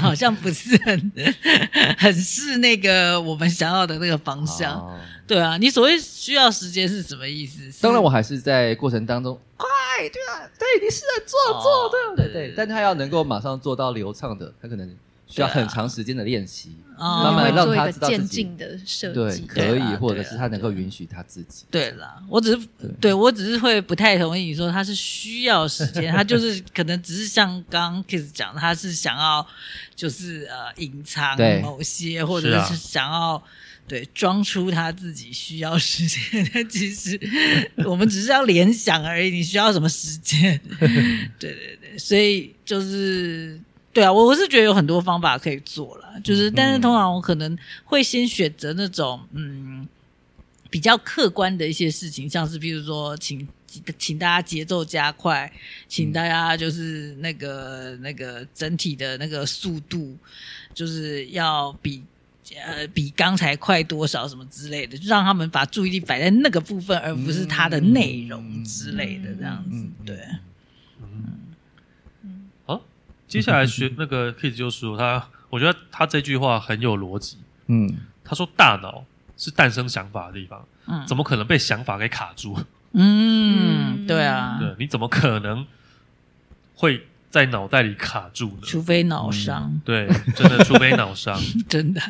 S4: 好像不是很 很是那个我们想要的那个方向。
S3: 哦
S4: 对啊，你所谓需要时间是什么意思？是
S3: 当然，我还是在过程当中，快，对啊，对，你是在做
S4: 哦
S3: 做对
S4: 对
S3: 对对
S4: 对，
S3: 但他要能够马上做到流畅的，他可能需要
S4: 对啊
S3: 很长时间的练习，
S4: 哦
S3: 慢慢
S2: 会
S3: 让
S2: 做一
S3: 他
S2: 个
S3: 知道自
S2: 渐
S3: 己
S2: 进的设
S3: 对，
S2: 计。
S3: 可
S4: 对啊
S3: 以，或
S4: 对
S3: 者
S4: 啊
S3: 是他能够允许他自己，
S4: 对啊啦，我只是
S3: 对
S4: 对我只是会不太同意你说他是需要时间，他就是可能只是像刚刚 Kiss 讲的，他是想要就是呃隐藏
S3: 对
S4: 某些，或
S1: 是
S4: 者
S1: 啊
S4: 是想要对装出他自己需要时间，但其实我们只是要联想而已，你需要什么时间？对对对，所以就是对啊，我我是觉得有很多方法可以做了，就是但是通常我可能会先选择那种嗯比较客观的一些事情，像是比如说请请大家节奏加快，请大家就是那个、那个整体的那个速度就是要比。呃，比刚才快多少什么之类的，就让他们把注意力摆在那个部分，而不是它的内容之类的，这样子，
S3: 嗯，
S4: 对。
S2: 嗯
S1: 好，接下来学那个 Kid 就说他，我觉得他这句话很有逻辑。
S3: 嗯，
S1: 他说大脑是诞生想法的地方，
S4: 嗯
S1: 怎么可能被想法给卡住？
S4: 嗯，
S2: 嗯
S4: 对啊，
S1: 对，你怎么可能会在脑袋里卡住呢？
S4: 除非脑伤，
S1: 对，真的，除非脑伤。
S4: 真的，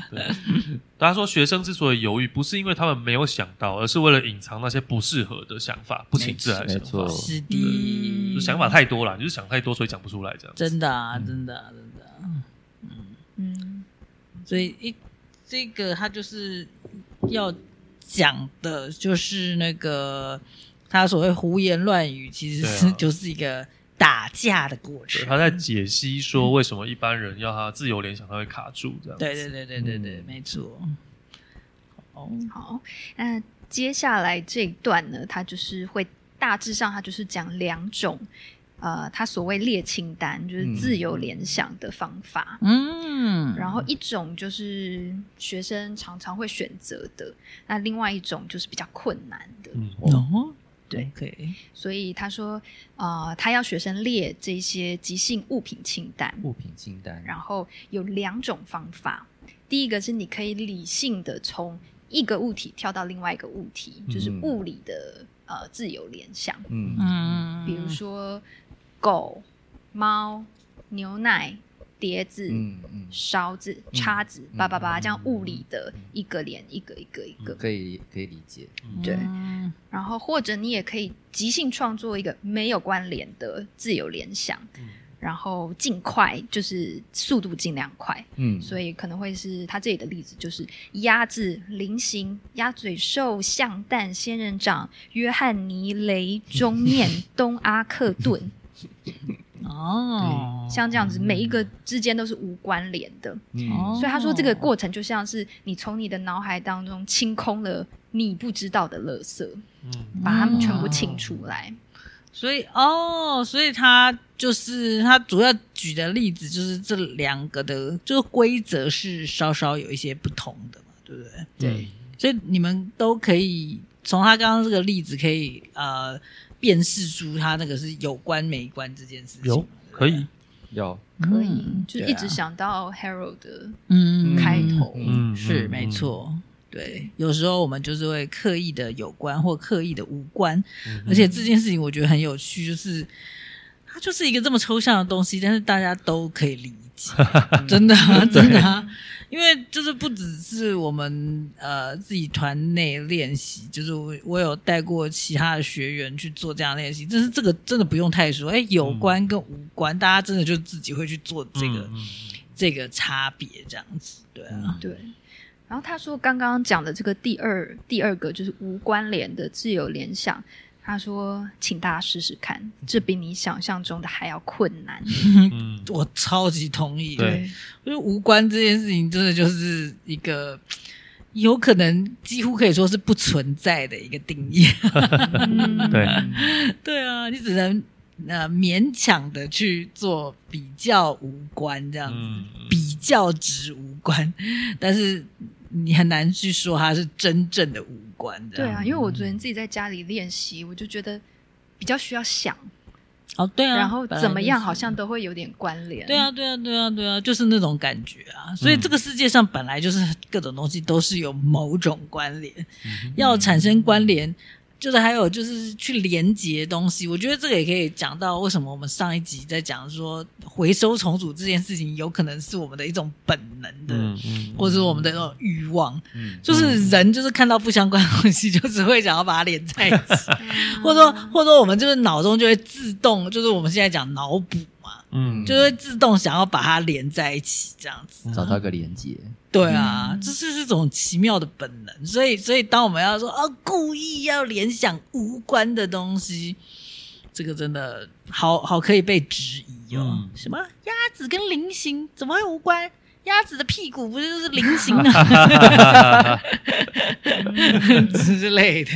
S1: 大家说学生之所以犹豫，不是因为他们没有想到，而是为了隐藏那些不适合的想法、不请自来的想
S3: 没
S1: 法
S3: 错，
S4: 是
S2: 嗯
S1: 就
S4: 的，
S1: 想法太多了，你就是想太多，所以讲不出来这样。
S4: 真的啊，真的啊，真的啊，
S2: 嗯，
S4: 所以一这个他就是要讲的，就是那个他所谓胡言乱语，其实是
S1: 对啊
S4: 就是一个打架的过
S1: 对
S4: 程。
S1: 他在解析说为什么一般人要他自由联想他会卡住这样。
S4: 对对对对对对，
S3: 嗯
S4: 没错。哦，
S2: 好，那接下来这一段呢，它就是会大致上它就是讲两种，呃，它所谓列清单，就是
S3: 嗯
S2: 自由联想的方法。
S4: 嗯，
S2: 然后一种就是学生常常会选择的，那另外一种就是比较困难的。
S1: 嗯，
S4: 哦，
S2: 对
S4: 可以，
S2: 所以他说，呃，他要学生列这些即兴物品清单，
S3: 物品清单，
S2: 然后有两种方法。第一个是你可以理性的从一个物体跳到另外一个物体，就是
S3: 嗯
S2: 物理的呃自由联想，
S3: 嗯
S4: 嗯，
S2: 比如说狗、猫、牛奶、碟子、
S3: 嗯嗯，
S2: 勺子、
S3: 嗯
S2: 叉子，
S3: 嗯
S2: 叭叭叭，这样
S3: 嗯
S2: 物理的一个连一个一个一个。
S3: 可以可以理解，
S2: 对
S4: 嗯
S2: 然后或者你也可以即兴创作一个没有关联的自由联想，
S1: 嗯
S2: 然后尽快就是速度尽量快，
S3: 嗯，
S2: 所以可能会是他这里的例子就是鸭子、菱形、鸭嘴兽、象蛋、仙人掌、约翰尼 雷、中面、东阿克顿，
S4: 哦，
S2: 像这样子每一个之间都是无关联的。
S3: 以
S4: 哦
S2: 所以他说，这个过程就像是你从你的脑海当中清空了你不知道的垃圾，
S1: 嗯，
S2: 把它们全部
S4: 哦
S2: 清出来。
S4: 所以哦，所以他就是他主要举的例子就是这两个的，就是规则是稍稍有一些不同的嘛，对不对？
S1: 对，
S4: 所以你们都可以从他刚刚这个例子可以呃辨识出他那个是有关没关这件事情，
S1: 有嗯可以，
S3: 有
S2: 可以，就
S4: 嗯对
S2: 一直
S4: 啊
S2: 想到 Harold 的，
S4: 嗯
S2: 开头
S1: 嗯，
S4: 是
S1: 嗯
S4: 没，错。对，有时候我们就是会刻意的有关或刻意的无关，
S1: 嗯
S4: 而且这件事情我觉得很有趣，就是它就是一个这么抽象的东西，但是大家都可以理 解，真的、啊、真的、啊，因为就是不只是我们呃自己团内练习，就是我我有带过其他的学员去做这样的练习，但是这个真的不用太说，哎，有关跟无关，大家真的就自己会去做这个、
S1: 嗯嗯
S4: 这个差别，这样子，对啊。
S3: 嗯
S2: 对。然后他说，刚刚讲的这个第二第二个就是无关联的自由联想。他说，请大家试试看，这比你想象中的还要困难。
S1: 嗯嗯
S4: 我超级同意，
S1: 对，
S4: 我觉得无关这件事情真的就是一个有可能几乎可以说是不存在的一个定 义。
S2: 嗯
S1: 对，
S4: 对啊，你只能呃勉强的去做比较无关这样子，
S1: 嗯，
S4: 比较值无关，但是你很难去说它是真正的无关
S2: 啊
S4: 的。
S2: 对啊，因为我昨天自己在家里练习，我就觉得比较需要想，
S4: 哦，对啊，
S2: 然后
S4: 本来
S2: 怎么
S4: 就是
S2: 样好像都会有点关联。
S4: 对啊，，对啊，对啊，对啊，就是那种感觉啊。所
S1: 嗯
S4: 以这个世界上本来就是各种东西都是有某种关联，
S1: 嗯
S4: 要产生关联，就是还有就是去连接东西。我觉得这个也可以讲到为什么我们上一集在讲说回收重组这件事情，有可能是我们的一种本能的，
S1: 嗯嗯，
S4: 或者是我们的那种欲望，
S1: 嗯
S4: 就是人就是看到不相关的东西，就只会想要把它连在一 起，或者说或者说我们就是脑中就会自动，就是我们现在讲脑补嘛。
S1: 嗯，
S4: 就会自动想要把它连在一起，这样子。
S3: 找到一个连接，
S4: 对啊，
S2: 嗯
S4: 这是一种奇妙的本能。所以，所以当我们要说啊，故意要联想无关的东西，这个真的好好可以被质疑哦。
S1: 嗯
S4: 什么鸭子跟菱形怎么会无关？鸭子的屁股不是就是菱 形啊
S2: 嗯
S4: 嗯之类的，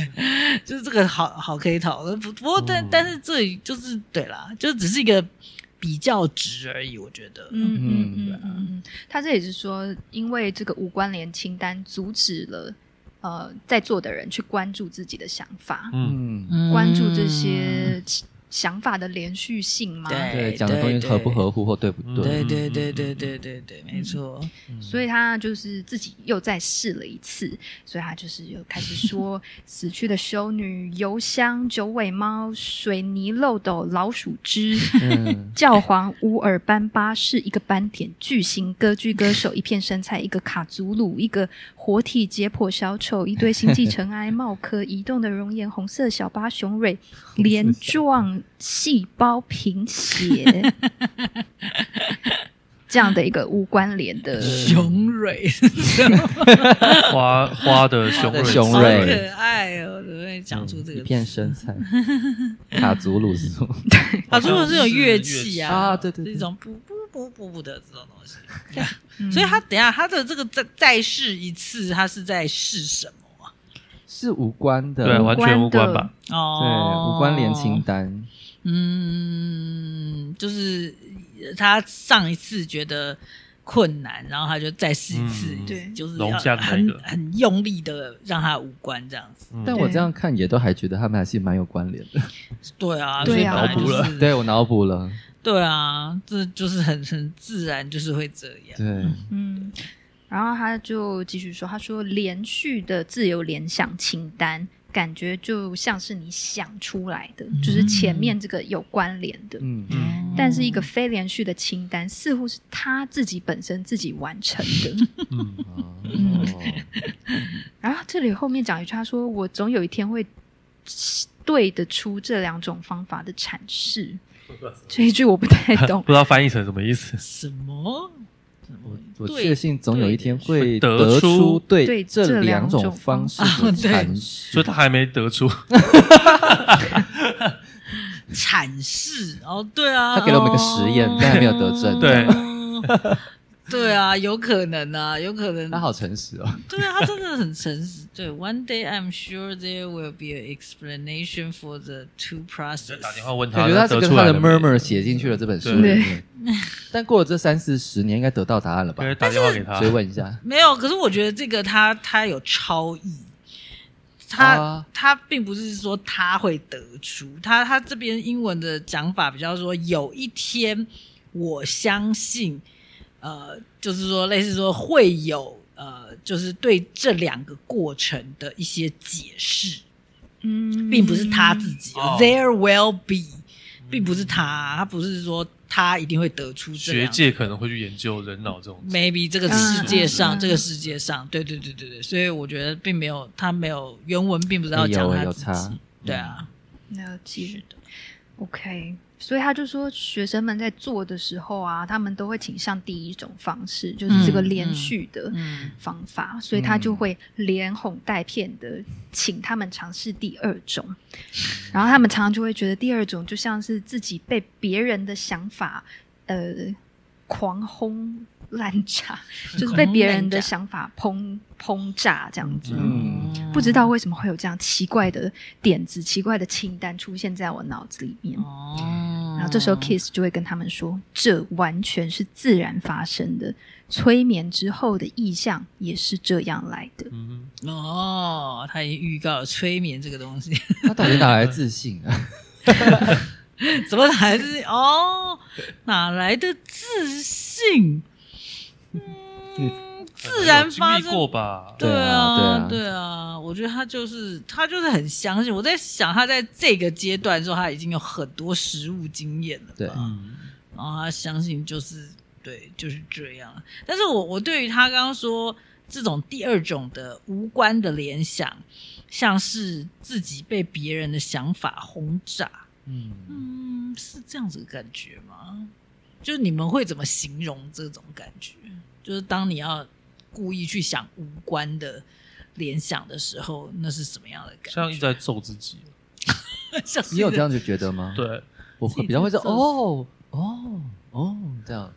S4: 就是这个好好可以讨论。不不过但，
S1: 嗯
S4: 但是这里就是对啦，就只是一个比较值而已。我觉得，
S2: 嗯嗯
S3: 嗯
S2: 嗯嗯嗯，他这也是说，因为这个无关联清单阻止了呃在座的人去关注自己的想法，
S1: 嗯
S3: 嗯，
S4: 嗯
S2: 关注这些想法的连续性嘛。
S4: 对
S3: 对，讲的东西合不合乎或对不
S1: 嗯
S4: 对
S3: 对，
S4: 对对对对对对，没错。
S2: 所以他就是自己又再试了一次，所以他就是又开始说 死去的修女、油箱、九尾猫、水泥漏斗、老鼠汁、
S3: 嗯，
S2: 教皇乌尔班八世一个斑点巨型歌剧歌手，一片生菜，一个卡祖鲁，一个活体解剖小丑，一堆星际尘埃、帽科、移动的熔岩、红色小巴雄蕊、镰状细胞贫血，这样的一个无关联的。
S4: 雄蕊，
S1: 花花的雄蕊，
S3: 雄
S4: 好
S3: 蕊
S4: 可爱哦！怎么会讲出这
S3: 嗯一
S4: 个
S3: 片生菜，卡祖鲁是什么？
S4: 啊？如果是有乐器啊，
S3: 啊对对对
S4: 是一种不不不不不的这种东西。啊
S2: 嗯
S4: 所以他等一下他的这个再再试一次，他是在试什么啊？
S3: 是无关的，
S1: 对，完全无关吧？
S3: 对，无关联
S4: 哦
S3: 清。单，
S4: 嗯，就是呃他上一次觉得困难，然后他就再试一次，
S1: 嗯
S2: 对
S4: 就是
S1: 龙
S4: 要
S1: 虾的那
S4: 很
S1: 个
S4: 很用力的让他无关这样子。
S1: 嗯
S3: 但我这样看也都还觉得他们还是蛮有关联的。
S4: 对 啊，
S2: 对啊
S4: 所以本
S1: 脑
S4: 来
S1: 补了
S4: 就是
S3: 对我脑补了，
S4: 对啊，这就是很很自然，就是会这样。
S3: 对，
S2: 嗯，然后他就继续说：“他说连续的自由联想清单，感觉就像是你想出来的，就是前面这个有关联的。
S3: 嗯，
S1: 嗯
S2: 但是一个非连续的清单，似乎是他自己本身自己完成的。
S1: 嗯
S3: 哦，
S2: 然后这里后面讲一句，他说：“我总有一天会对得出这两种方法的阐释。”这一句我不太懂
S1: 不。知道翻译成什么意思。
S4: 什么？什么
S3: 我
S4: 对
S3: 确信总有一天会
S1: 对
S3: 得
S1: 出
S3: 出
S2: 对
S3: 对
S2: 这
S3: 这
S2: 两
S3: 两
S2: 种
S3: 种方式的
S4: 方式
S3: 阐
S1: 所
S3: 释
S1: 以。他还没得出，
S4: 阐释？哦，对啊，
S3: 他给了我们一个实验
S4: 哦
S3: 但还没有得证
S1: 对。
S4: 对啊，有可能啊，有可能。
S3: 他好诚实哦，
S4: 对啊，他真的很诚实。对，One day I'm sure there will be an explanation for the two process。
S1: 打电话问他，
S3: 感觉他是
S1: 得
S3: 跟
S1: 出
S3: 他
S1: 来
S3: 的
S1: 了没
S3: murmur 写进去了这本书 里面。但过了这三四十年，应该得到答案了吧
S1: 可？以打电话给他
S3: 追问一下，
S4: 没有，可是我觉得这个他他有超意，他、
S3: 啊
S4: 他并不是说他会得出，他他这边英文的讲法比较说，有一天我相信，呃，就是说类似说会有呃，就是对这两个过程的一些解释，
S2: 嗯，
S4: 并不是他自己、
S1: 哦
S4: t h e r e will be，并不是他，他不是说他一定会得出这
S1: 学
S4: 两个
S1: 界可能会去研究人脑这种。
S4: maybe 这个世界上，
S2: 嗯
S4: 这个世界上，对对对对对，所以我觉得并没有他没有原文，并不知道讲
S3: 有
S4: 他
S3: 哎有
S4: 自己
S3: 差，
S4: 对啊，
S2: 了解
S4: 是。的，
S2: OK，所以他就说，学生们在做的时候啊，他们都会倾向第一种方式，就是这个
S4: 嗯
S2: 连
S4: 嗯
S2: 续的
S4: 嗯
S2: 方法，所以他就会连哄带骗的请他们尝试第二种，然后他们常常就会觉得第二种就像是自己被别人的想法呃狂轰滥炸，就是被别人的想法轰轰炸这样子。
S3: 嗯，
S2: 不知道为什么会有这样奇怪的点子、奇怪的清单出现在我脑子里面。
S4: 哦
S2: 然后这时候 Kiss 就会跟他们说，这完全是自然发生的，催眠之后的意象也是这样来的。
S1: 嗯，
S4: 哦，他已经预告了催眠这个东西，
S3: 他到底哪来自信啊？
S4: 怎么来自信？哦，哪来的自信？ 嗯，自然发
S1: 有经
S4: 生
S1: 历。过吧？
S3: 对啊
S4: 啊，
S3: 对啊
S4: 对啊，我觉得他就是他就是很相信。我在想，他在这个阶段的时候，他已经有很多实务经验了吧。
S3: 对
S1: 嗯，
S4: 然后他相信就是对，就是这样。但是我我对于他刚刚说这种第二种的无关的联想，像是自己被别人的想法轰炸，
S1: 嗯，
S4: 嗯，是这样子的感觉吗？就是你们会怎么形容这种感觉？就是当你要故意去想无关的联想的时候，那是什么样的感觉？
S1: 像一直在揍自己。
S4: 像是
S3: 你有这样子觉得吗？，
S1: 对，
S3: 我会比较会说哦哦哦这样，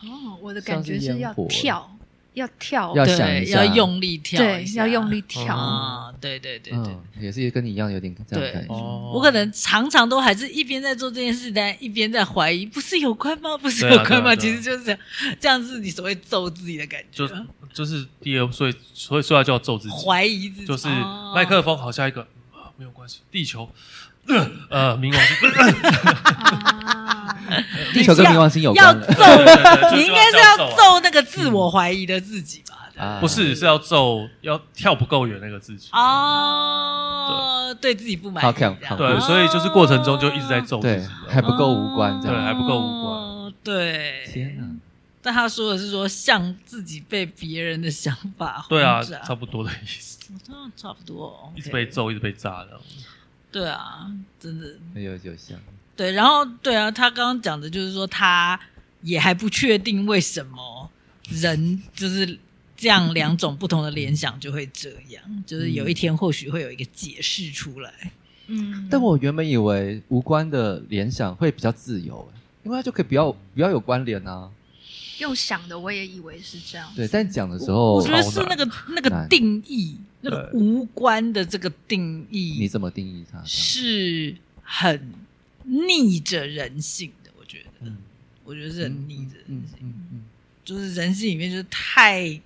S2: 哦，我的
S3: 像
S2: 感
S3: 是
S2: 觉是
S3: 烟
S2: 要
S3: 火
S2: 跳，要跳，
S3: 要
S4: 对
S3: 想一下
S4: 要用力跳
S2: 对
S4: 一，下，
S2: 要用
S3: 哦
S2: 力跳。
S4: 啊！对对对对
S3: 嗯，也是跟你一样有点这样的感觉。
S1: 哦，
S4: 我可能常常都还是一边在做这件事，但一边在怀疑，不是有关吗？不是
S1: 对啊
S4: 有关
S1: 对
S4: 吗？
S1: 啊对啊
S4: 其实就是这样，这样是你所谓揍自己的感觉
S1: 就，就是第二，所以所以所以他就要揍自己，
S4: 怀疑自己，
S1: 就是
S4: 哦
S1: 麦克风好下一个、嗯啊没有关系，地球。呃，呃 冥王星，
S2: 啊
S3: 地球跟冥王星有
S4: 要
S3: 关了，
S1: 对
S4: 揍，
S1: 对对就
S4: 你
S1: 就
S4: 应该是
S1: 要
S4: 要
S1: 这样啊，
S4: 揍那个自我怀疑的自己吧？
S3: 啊
S1: 不是是要揍，要跳不够远那个自己。
S4: 哦，对自己不满
S3: 好
S4: 意，
S3: 看
S4: 这样
S1: 对，所以就是过程中就一直在揍自
S3: 对，
S1: 己。
S3: 还不够无关这
S1: 对
S3: 样。
S1: 还不够无关
S4: 哦对，
S3: 天哪！
S4: 但他说的是说像自己被别人的想法轰
S1: 对啊，
S4: 炸
S1: 差不多的意思，
S4: 嗯差不多，
S1: 一直
S4: OK
S1: 被揍，一直被炸的。
S4: 对啊，真的
S3: 有有像，
S4: 对，然后对啊，他刚刚讲的就是说，他也还不确定为什么人就是这样两种不同的联想就会这样，就是有
S3: 嗯
S4: 一天或许会有一个解释出来。
S2: 嗯，
S3: 但我原本以为无关的联想会比较自由，欸因为它就可以不要不要有关联啊。
S2: 用想的我也以为是这样。
S3: 对，但讲的时候
S4: 我觉，得是那个那个
S3: 难
S4: 定义，那个
S1: 对
S4: 无关的这个定
S3: 你
S4: 义
S3: 怎么定义它？
S4: 是很逆着人性的，我觉得，
S1: 嗯
S4: 我觉得是很逆着人
S3: 嗯
S4: 性，
S3: 嗯嗯，
S4: 就是人性里面就是太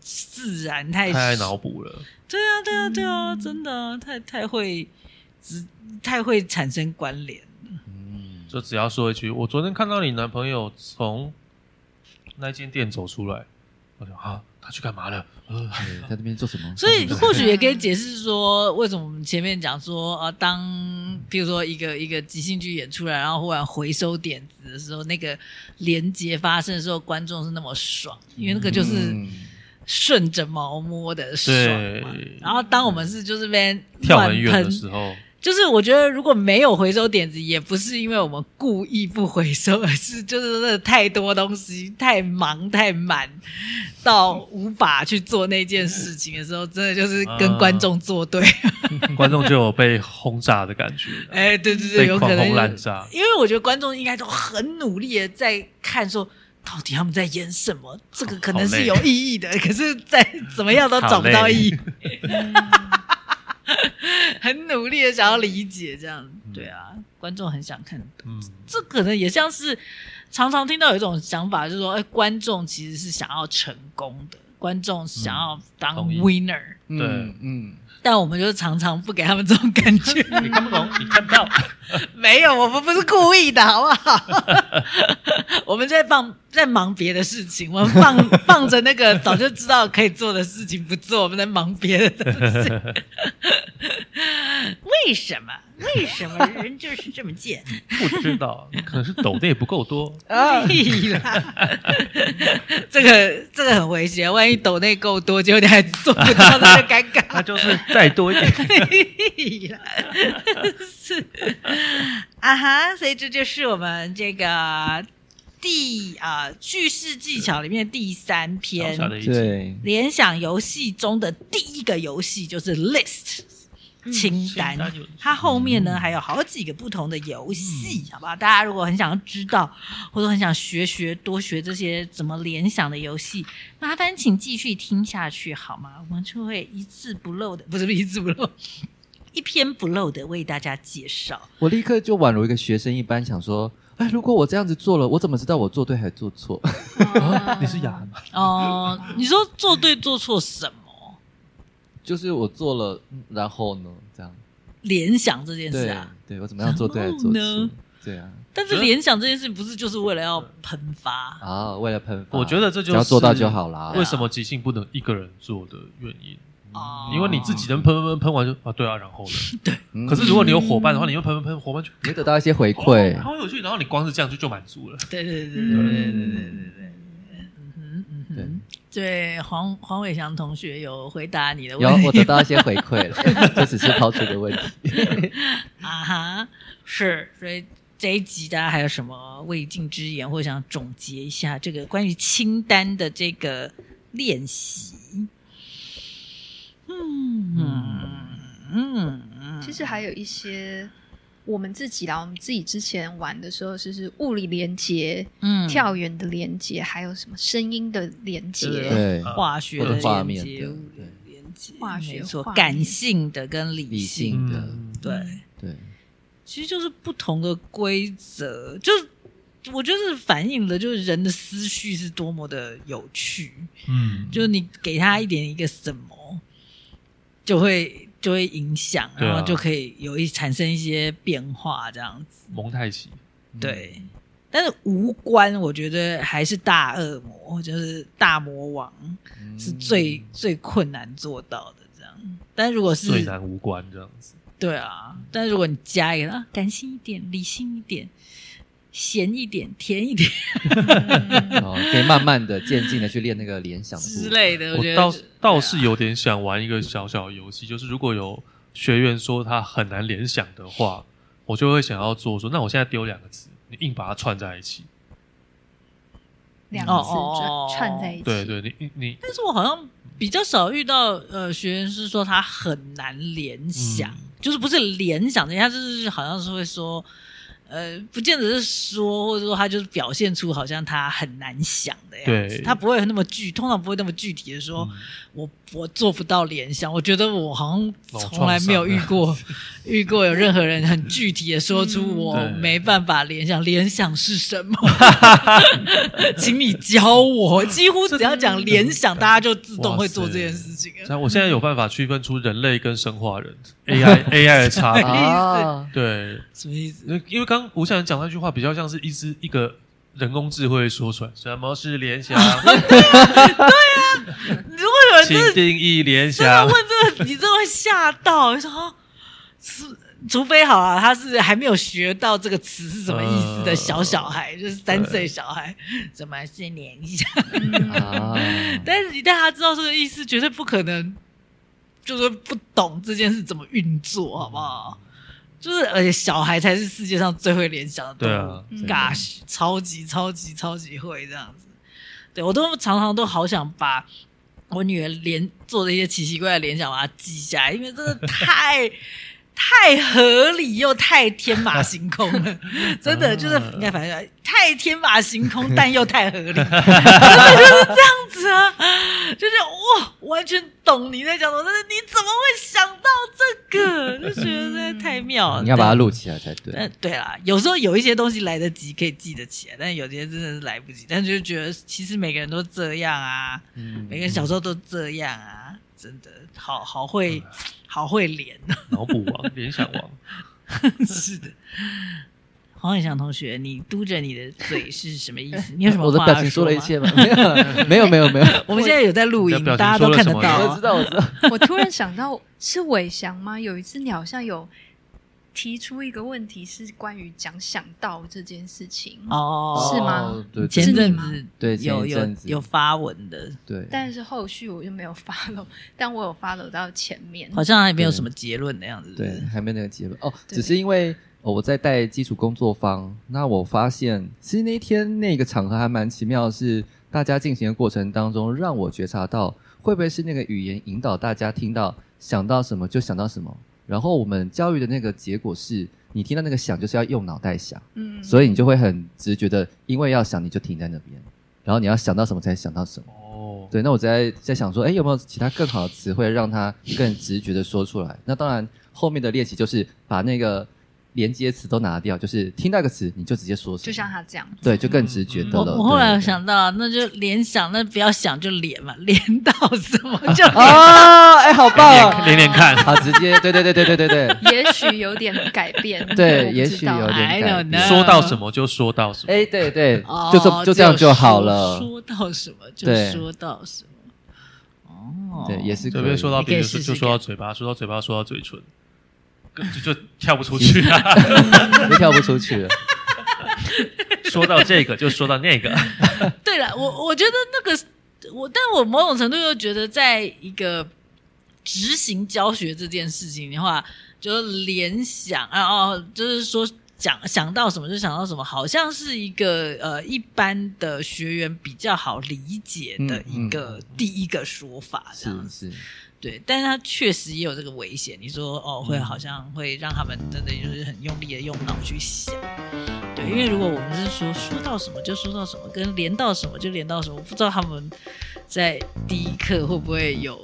S4: 自然、太
S1: 太脑补了，
S4: 对啊，对啊，对啊，
S2: 嗯
S4: 真的啊、太太会只太会产生关联。
S3: 嗯，
S1: 就只要说一句：“我昨天看到你男朋友从那间店走出来。”我就啊，他去干嘛了？呃，
S3: 对在那边做什 么？
S4: 所以
S3: 做什么
S4: 或许也可以解释说，为什么我们前面讲说，呃，当比如说一个一个即兴剧演出来，然后忽然回收点子的时候，那个连接发生的时候，观众是那么爽，因为那个就是
S3: 嗯
S4: 顺着毛摸的爽嘛
S1: 对。
S4: 然后当我们是就是被
S1: 跳很远的时候，
S4: 就是我觉得如果没有回收点子，也不是因为我们故意不回收，而是就是真的太多东西太忙太满，到无法去做那件事情的时候，真的就是跟观众作对。
S1: 啊观众就有被轰炸的感 觉，
S4: 哎，对对对，
S1: 被
S4: 有可
S1: 狂轰
S4: 能
S1: 滥，炸。
S4: 因为我觉得观众应该都很努力的在看说。到底他们在演什么？这个可能
S1: 好
S4: 是
S1: 累
S4: 有意义的， 可是再怎么样都找不
S1: 好
S4: 到
S1: 累
S4: 意 义。 很努力的想要理解，这样对啊，观众很想看
S1: 嗯，
S4: 这可能也像是常常听到有一种想法，就是说，哎、观众其实是想要成功的，观众想要当
S1: 嗯同意
S4: winner，、
S1: 对
S3: 嗯嗯，
S4: 但我们就是常常不给他们这种感觉。
S1: 你看不懂，你看不到。
S4: 没有，我们不是故意的，好不 好？我们在放在忙别的事情，我们放 放着那个早就知道可以做的事情不做，我们在忙别的东西。 为什么？为什么人就是这么 贱？
S1: 不知道，可能是抖的也不够多。
S4: 屁啦！啊 这个这个很危险，万一抖内够多，结果你还做不到，那就尴
S1: 那
S4: 尬。
S1: 就是再多一点。
S4: 屁啦！哎是啊哈，所以这就是我们这个第啊、句式技巧里面的第三
S1: 小
S4: 篇
S1: 小的 一集，
S3: 对，
S4: 联想游戏中的第一个游戏，就是 list 嗯清单。
S1: 清单有
S4: 它后面呢还有好几个不同的游戏，好不好？大家如果很想要知道，或者很想学学多学这些怎么联想的游戏，麻烦请继续听下去好吗？我们就会一字不漏的，不是不是一字不漏， 一篇不漏的为大家介绍。
S3: 我立刻就宛如一个学生一般，想说，哎，如果我这样子做了，我怎么知道我做对还做错？
S2: 啊
S1: 你是哑吗？
S4: 哦、你说做对做错什么？
S3: 就是我做了，嗯然后呢？这样
S4: 联想这件事
S3: 对
S4: 啊。
S3: 对，我怎么样做对来
S4: 然后
S3: 做
S4: 呢
S3: 去？对啊，
S4: 但是联想这件事不是就是为了要喷发？
S3: 啊，为了喷发，
S1: 我觉得这
S3: 只
S1: 就是
S3: 要做到就好啦。
S1: 啊为什么即兴不能一个人做的原因，
S4: 哦
S1: 因为你自己能喷喷喷喷完就啊，对啊，然后呢？
S3: 嗯
S1: 可是如果你有伙伴的话，你又喷喷喷，伙伴就
S3: 你得到一些回
S1: 哦
S3: 馈，
S1: 好有趣，然后你光是这样就就满足了。
S4: 对对对对对对对对对
S2: 嗯，
S4: 嗯嗯
S3: 对
S4: 嗯，对黄黄伟翔同学有回答你的
S3: 有
S4: 问
S3: 我
S4: 题
S3: 得到一些回馈 了，这只是抛出的问题。
S4: 啊哈，是，所以这一集大家还有什么未尽之言，或想总结一下这个关于清单的这个练习？嗯嗯嗯，
S2: 其实还有一些我们自己啦，我们自己之前玩的时候，就是物理连接、
S4: 嗯
S2: 跳远的连接，还有什么声音的连接。
S4: 对
S3: 对，
S1: 啊
S4: 化学
S3: 或
S4: 的
S3: 者画
S4: 连
S3: 面
S4: 接
S3: 的
S4: 物理
S3: 对
S4: 连接，
S2: 化学
S4: 没错
S2: 画，面
S4: 感性的跟理
S3: 理性
S4: 性
S3: 的
S1: 嗯
S4: 对。
S3: 对，
S4: 其实就是不同的规则，就是我觉得是反映了就是人的思绪是多么的有趣，
S1: 嗯，
S4: 就是你给他一点一个什么，就会就会影响，
S1: 对啊
S4: 然后就可以有一产生一些变化这样子，
S1: 蒙太奇，
S4: 对。但是无关，我觉得还是大恶魔，就是大魔王
S3: 嗯
S4: 是最、最困难做到的这样。但如果是
S1: 最难无关这样子。
S4: 对啊，但如果你加一个啊，感性一点，理性一点，咸一点，甜一点
S3: 哦，可以慢慢的、渐进的去练那个联想的部分
S4: 之类的，觉
S1: 我
S4: 得
S1: 倒
S4: 对啊
S1: 倒是有点想玩一个小小的游戏，就是如果有学员说他很难联想的话，我就会想要做说，那我现在丢两个词，你硬把它串在一起。
S2: 两
S4: 哦
S2: 个字
S4: 哦哦
S2: 串串在一起。
S1: 对对，你你你
S4: 但是我好像比较少遇到呃学员是说他很难联想，
S1: 嗯
S4: 就是不是联想的，他就是好像是会说。呃，不见得是说，或者说他就是表现出好像他很难想的样子
S1: 对，嗯
S4: 他不会那么具，通常不会那么具体的说，我我做不到联想，我觉得我好像从来没有遇过 遇过有任何人很具体的说出我
S1: 嗯对
S4: 没办法联想，联想是什么？ 请你教我。几乎只要讲联想，大家就自动会做这件事情啊
S1: 嗯，
S4: 了。
S1: 像我现在有办法区分出人类跟生化人 AI AI 的差别。
S3: 啊，
S1: 对，
S4: 什么意思？
S1: 因为因为刚刚吴向仁讲那句话，比较像是一只一个人工智慧说出来，什么是联想，
S4: 啊 如果有人
S1: 请
S4: 真的
S1: 定义联
S4: 真的
S1: 想
S4: 问。这个，你真的会吓到。你说啊是，除非好啊，他是还没有学到这个词是什么意思的
S1: 呃
S4: 小小孩，就是三岁小孩，怎么是联想？
S2: 嗯
S3: 啊，
S4: 但是你带他知道这个意思，绝对不可能，就是不懂这件事怎么运作，好不好？就是而且小孩才是世界上最会联想的
S1: 对
S4: 动物
S1: 啊，，
S2: 嗯
S4: ，gosh，超级超级超级会这样子。对我都常常都好想把我女儿联做的一些奇奇怪怪的联想把它记下来，因为真的太 太合理又太天马行空了， 真的就是
S3: 嗯
S4: 应该反正太天马行空，但又太合 理，真的就是这样子啊，就是哇，完全懂你在讲什么，但是你怎么会想到这个？就觉得真的太妙了。
S3: 嗯你要把它录起来才对。
S4: 但对啦，有时候有一些东西来得及可以记得起来，但有些真的是来不及。但就觉得其实每个人都这样啊，
S3: 嗯
S4: 每个人小时候都这样啊，真的好好
S3: 嗯
S4: 会好会连，
S1: 脑补王、联想王，
S4: 是的。黄伟翔同学，你嘟着你的嘴是什么意 思？你有什么
S3: 我的
S4: 话
S3: 表
S4: 要
S3: 情
S4: 说
S3: 说了一
S4: 吗。
S3: 切吗？ 没有，没有，没有，没有。
S4: 我们现在有在录音
S1: 你，的表情
S4: 大家都看得
S1: 说了什
S3: 我
S1: 么
S4: 到
S3: 知。道，我知道。
S2: 我突然想到，是伟翔吗？有一次你好像有提出一个问题，是关于讲想到这件事情，
S4: 哦，
S2: 是吗
S3: 哦？对，
S4: 前
S2: 是你
S4: 阵
S2: 吗
S4: 子
S3: 对前
S4: 有
S3: 一
S4: 有
S3: 阵子
S4: 有发文的，
S3: 对，
S2: 但是后续我就没有 follow，但我有 follow 到前面。
S3: 哦
S4: 好像还没有什么结论的样子。
S3: 对，还没那个结论哦，
S2: 嗯对
S3: 只是因为、哦、我在带基础工作坊，那我发现其实那一天那个场合还蛮奇妙的是，大家进行的过程当中，让我觉察到会不会是那个语言引导大家听到想到什么就想到什么，然后我们教育的那个结果是你听到那个想就是要用脑袋想，
S2: 嗯，
S3: 所以你就会很直觉的，因为要想你就停在那边，然后你要想到什么才想到什么。
S1: 哦，
S3: 对，那我在在想说，哎，有没有其他更好的词汇让他更直觉的说出来？那当然，后面的练习就是把那个连接词都拿掉，就是听到一个词你就直接说什么，
S2: 就像他这样，
S3: 对，就更直觉的
S4: 我
S3: 了。
S4: 我后来有
S3: 对
S4: 想到，那就联想，那不要想就连嘛，连到什 么就
S3: 对对哦，哎，好棒哦！
S1: 连连看，
S3: 好，直接，对对对对对对对，
S2: 也许有点改变
S3: 对
S2: 我 不知
S3: 也许有
S2: 道
S1: 啊
S3: 点
S4: I
S3: 改
S4: don't
S3: 变
S4: know，
S1: 说到什么就说到什么。
S3: 哎，对对
S4: 哦，，
S3: 就这就这样就好了。
S4: 说说到什么就
S3: 对
S4: 说到什么，哦，
S3: 对，也
S1: 随
S3: 是可
S1: 便
S3: 以
S1: 说到别人
S4: 你可以试
S1: 就
S4: 试
S1: 就说到嘴巴，说到嘴巴说到嘴唇，根就就跳不出去啊！
S3: 就跳不出去了。
S1: 说到这个就说到那个，
S4: 对了，我我觉得那个我，但我某种程度又觉得，在一个执行教学这件事情的话，就是联想，然、啊、后就是说想想到什么就想到什么，好像是一个呃一般的学员比较好理解的一个、第一个说法，这样
S3: 是
S4: 子。
S3: 是，
S4: 对，但是它确实也有这个危险。你说哦，
S1: 嗯
S4: 会好像会让他们真的就是很用力的用脑去想，对，
S1: 嗯
S4: 因为如果我们是说说到什么就说到什么，跟连到什么就连到什么，我不知道他们在第一课会不会有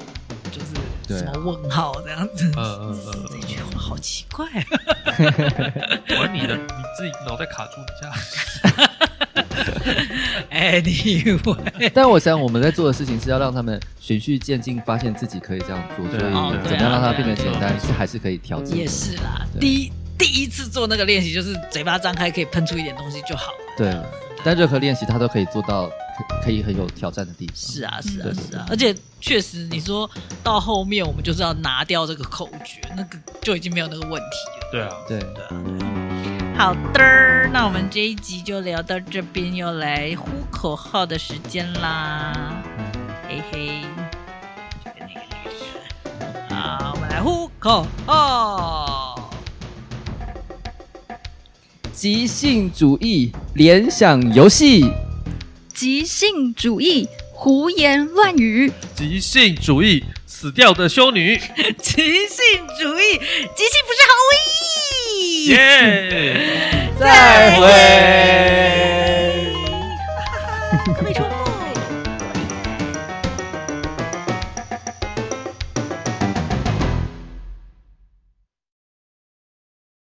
S4: 就是
S3: 对
S4: 什么问号这样子。
S1: 啊嗯嗯 嗯
S4: 这句话好奇怪、啊，
S1: 嗯，玩你的，你自己脑袋卡住一下。
S4: anyway，
S3: 但我想我们在做的事情是要让他们循序渐进，发现自己可以这样做，所
S1: 对
S3: 以
S1: 哦对啊
S3: 怎么样让它变得简
S1: 对啊
S3: 单，
S1: 对啊
S3: 是还是可以调整的。
S4: 也是啦。
S3: 对
S4: 第一第一次做那个练习，就是嘴巴张开可以喷出一点东西就好了。
S3: 对，但任何练习它都可以做到，可可以很有挑战的地方。
S4: 是啊，是啊
S3: 嗯对，
S4: 是啊，而且确实，你说到后面，我们就是要拿掉这个口诀，那个就已经没有那个问题了。
S1: 对啊，
S3: 对，
S4: 对啊，对啊好的，那我们这一集就聊到这边，又来呼口号的时间啦，嘿嘿，就跟那个那个那个好，我们来呼口号。
S3: 即兴主义联想游戏，
S2: 即兴主义、胡言乱语、
S1: 即兴主义，死掉的修女，
S4: 即兴主义，即兴不是毫无意义。
S1: 耶！
S3: 再会。
S4: 各位同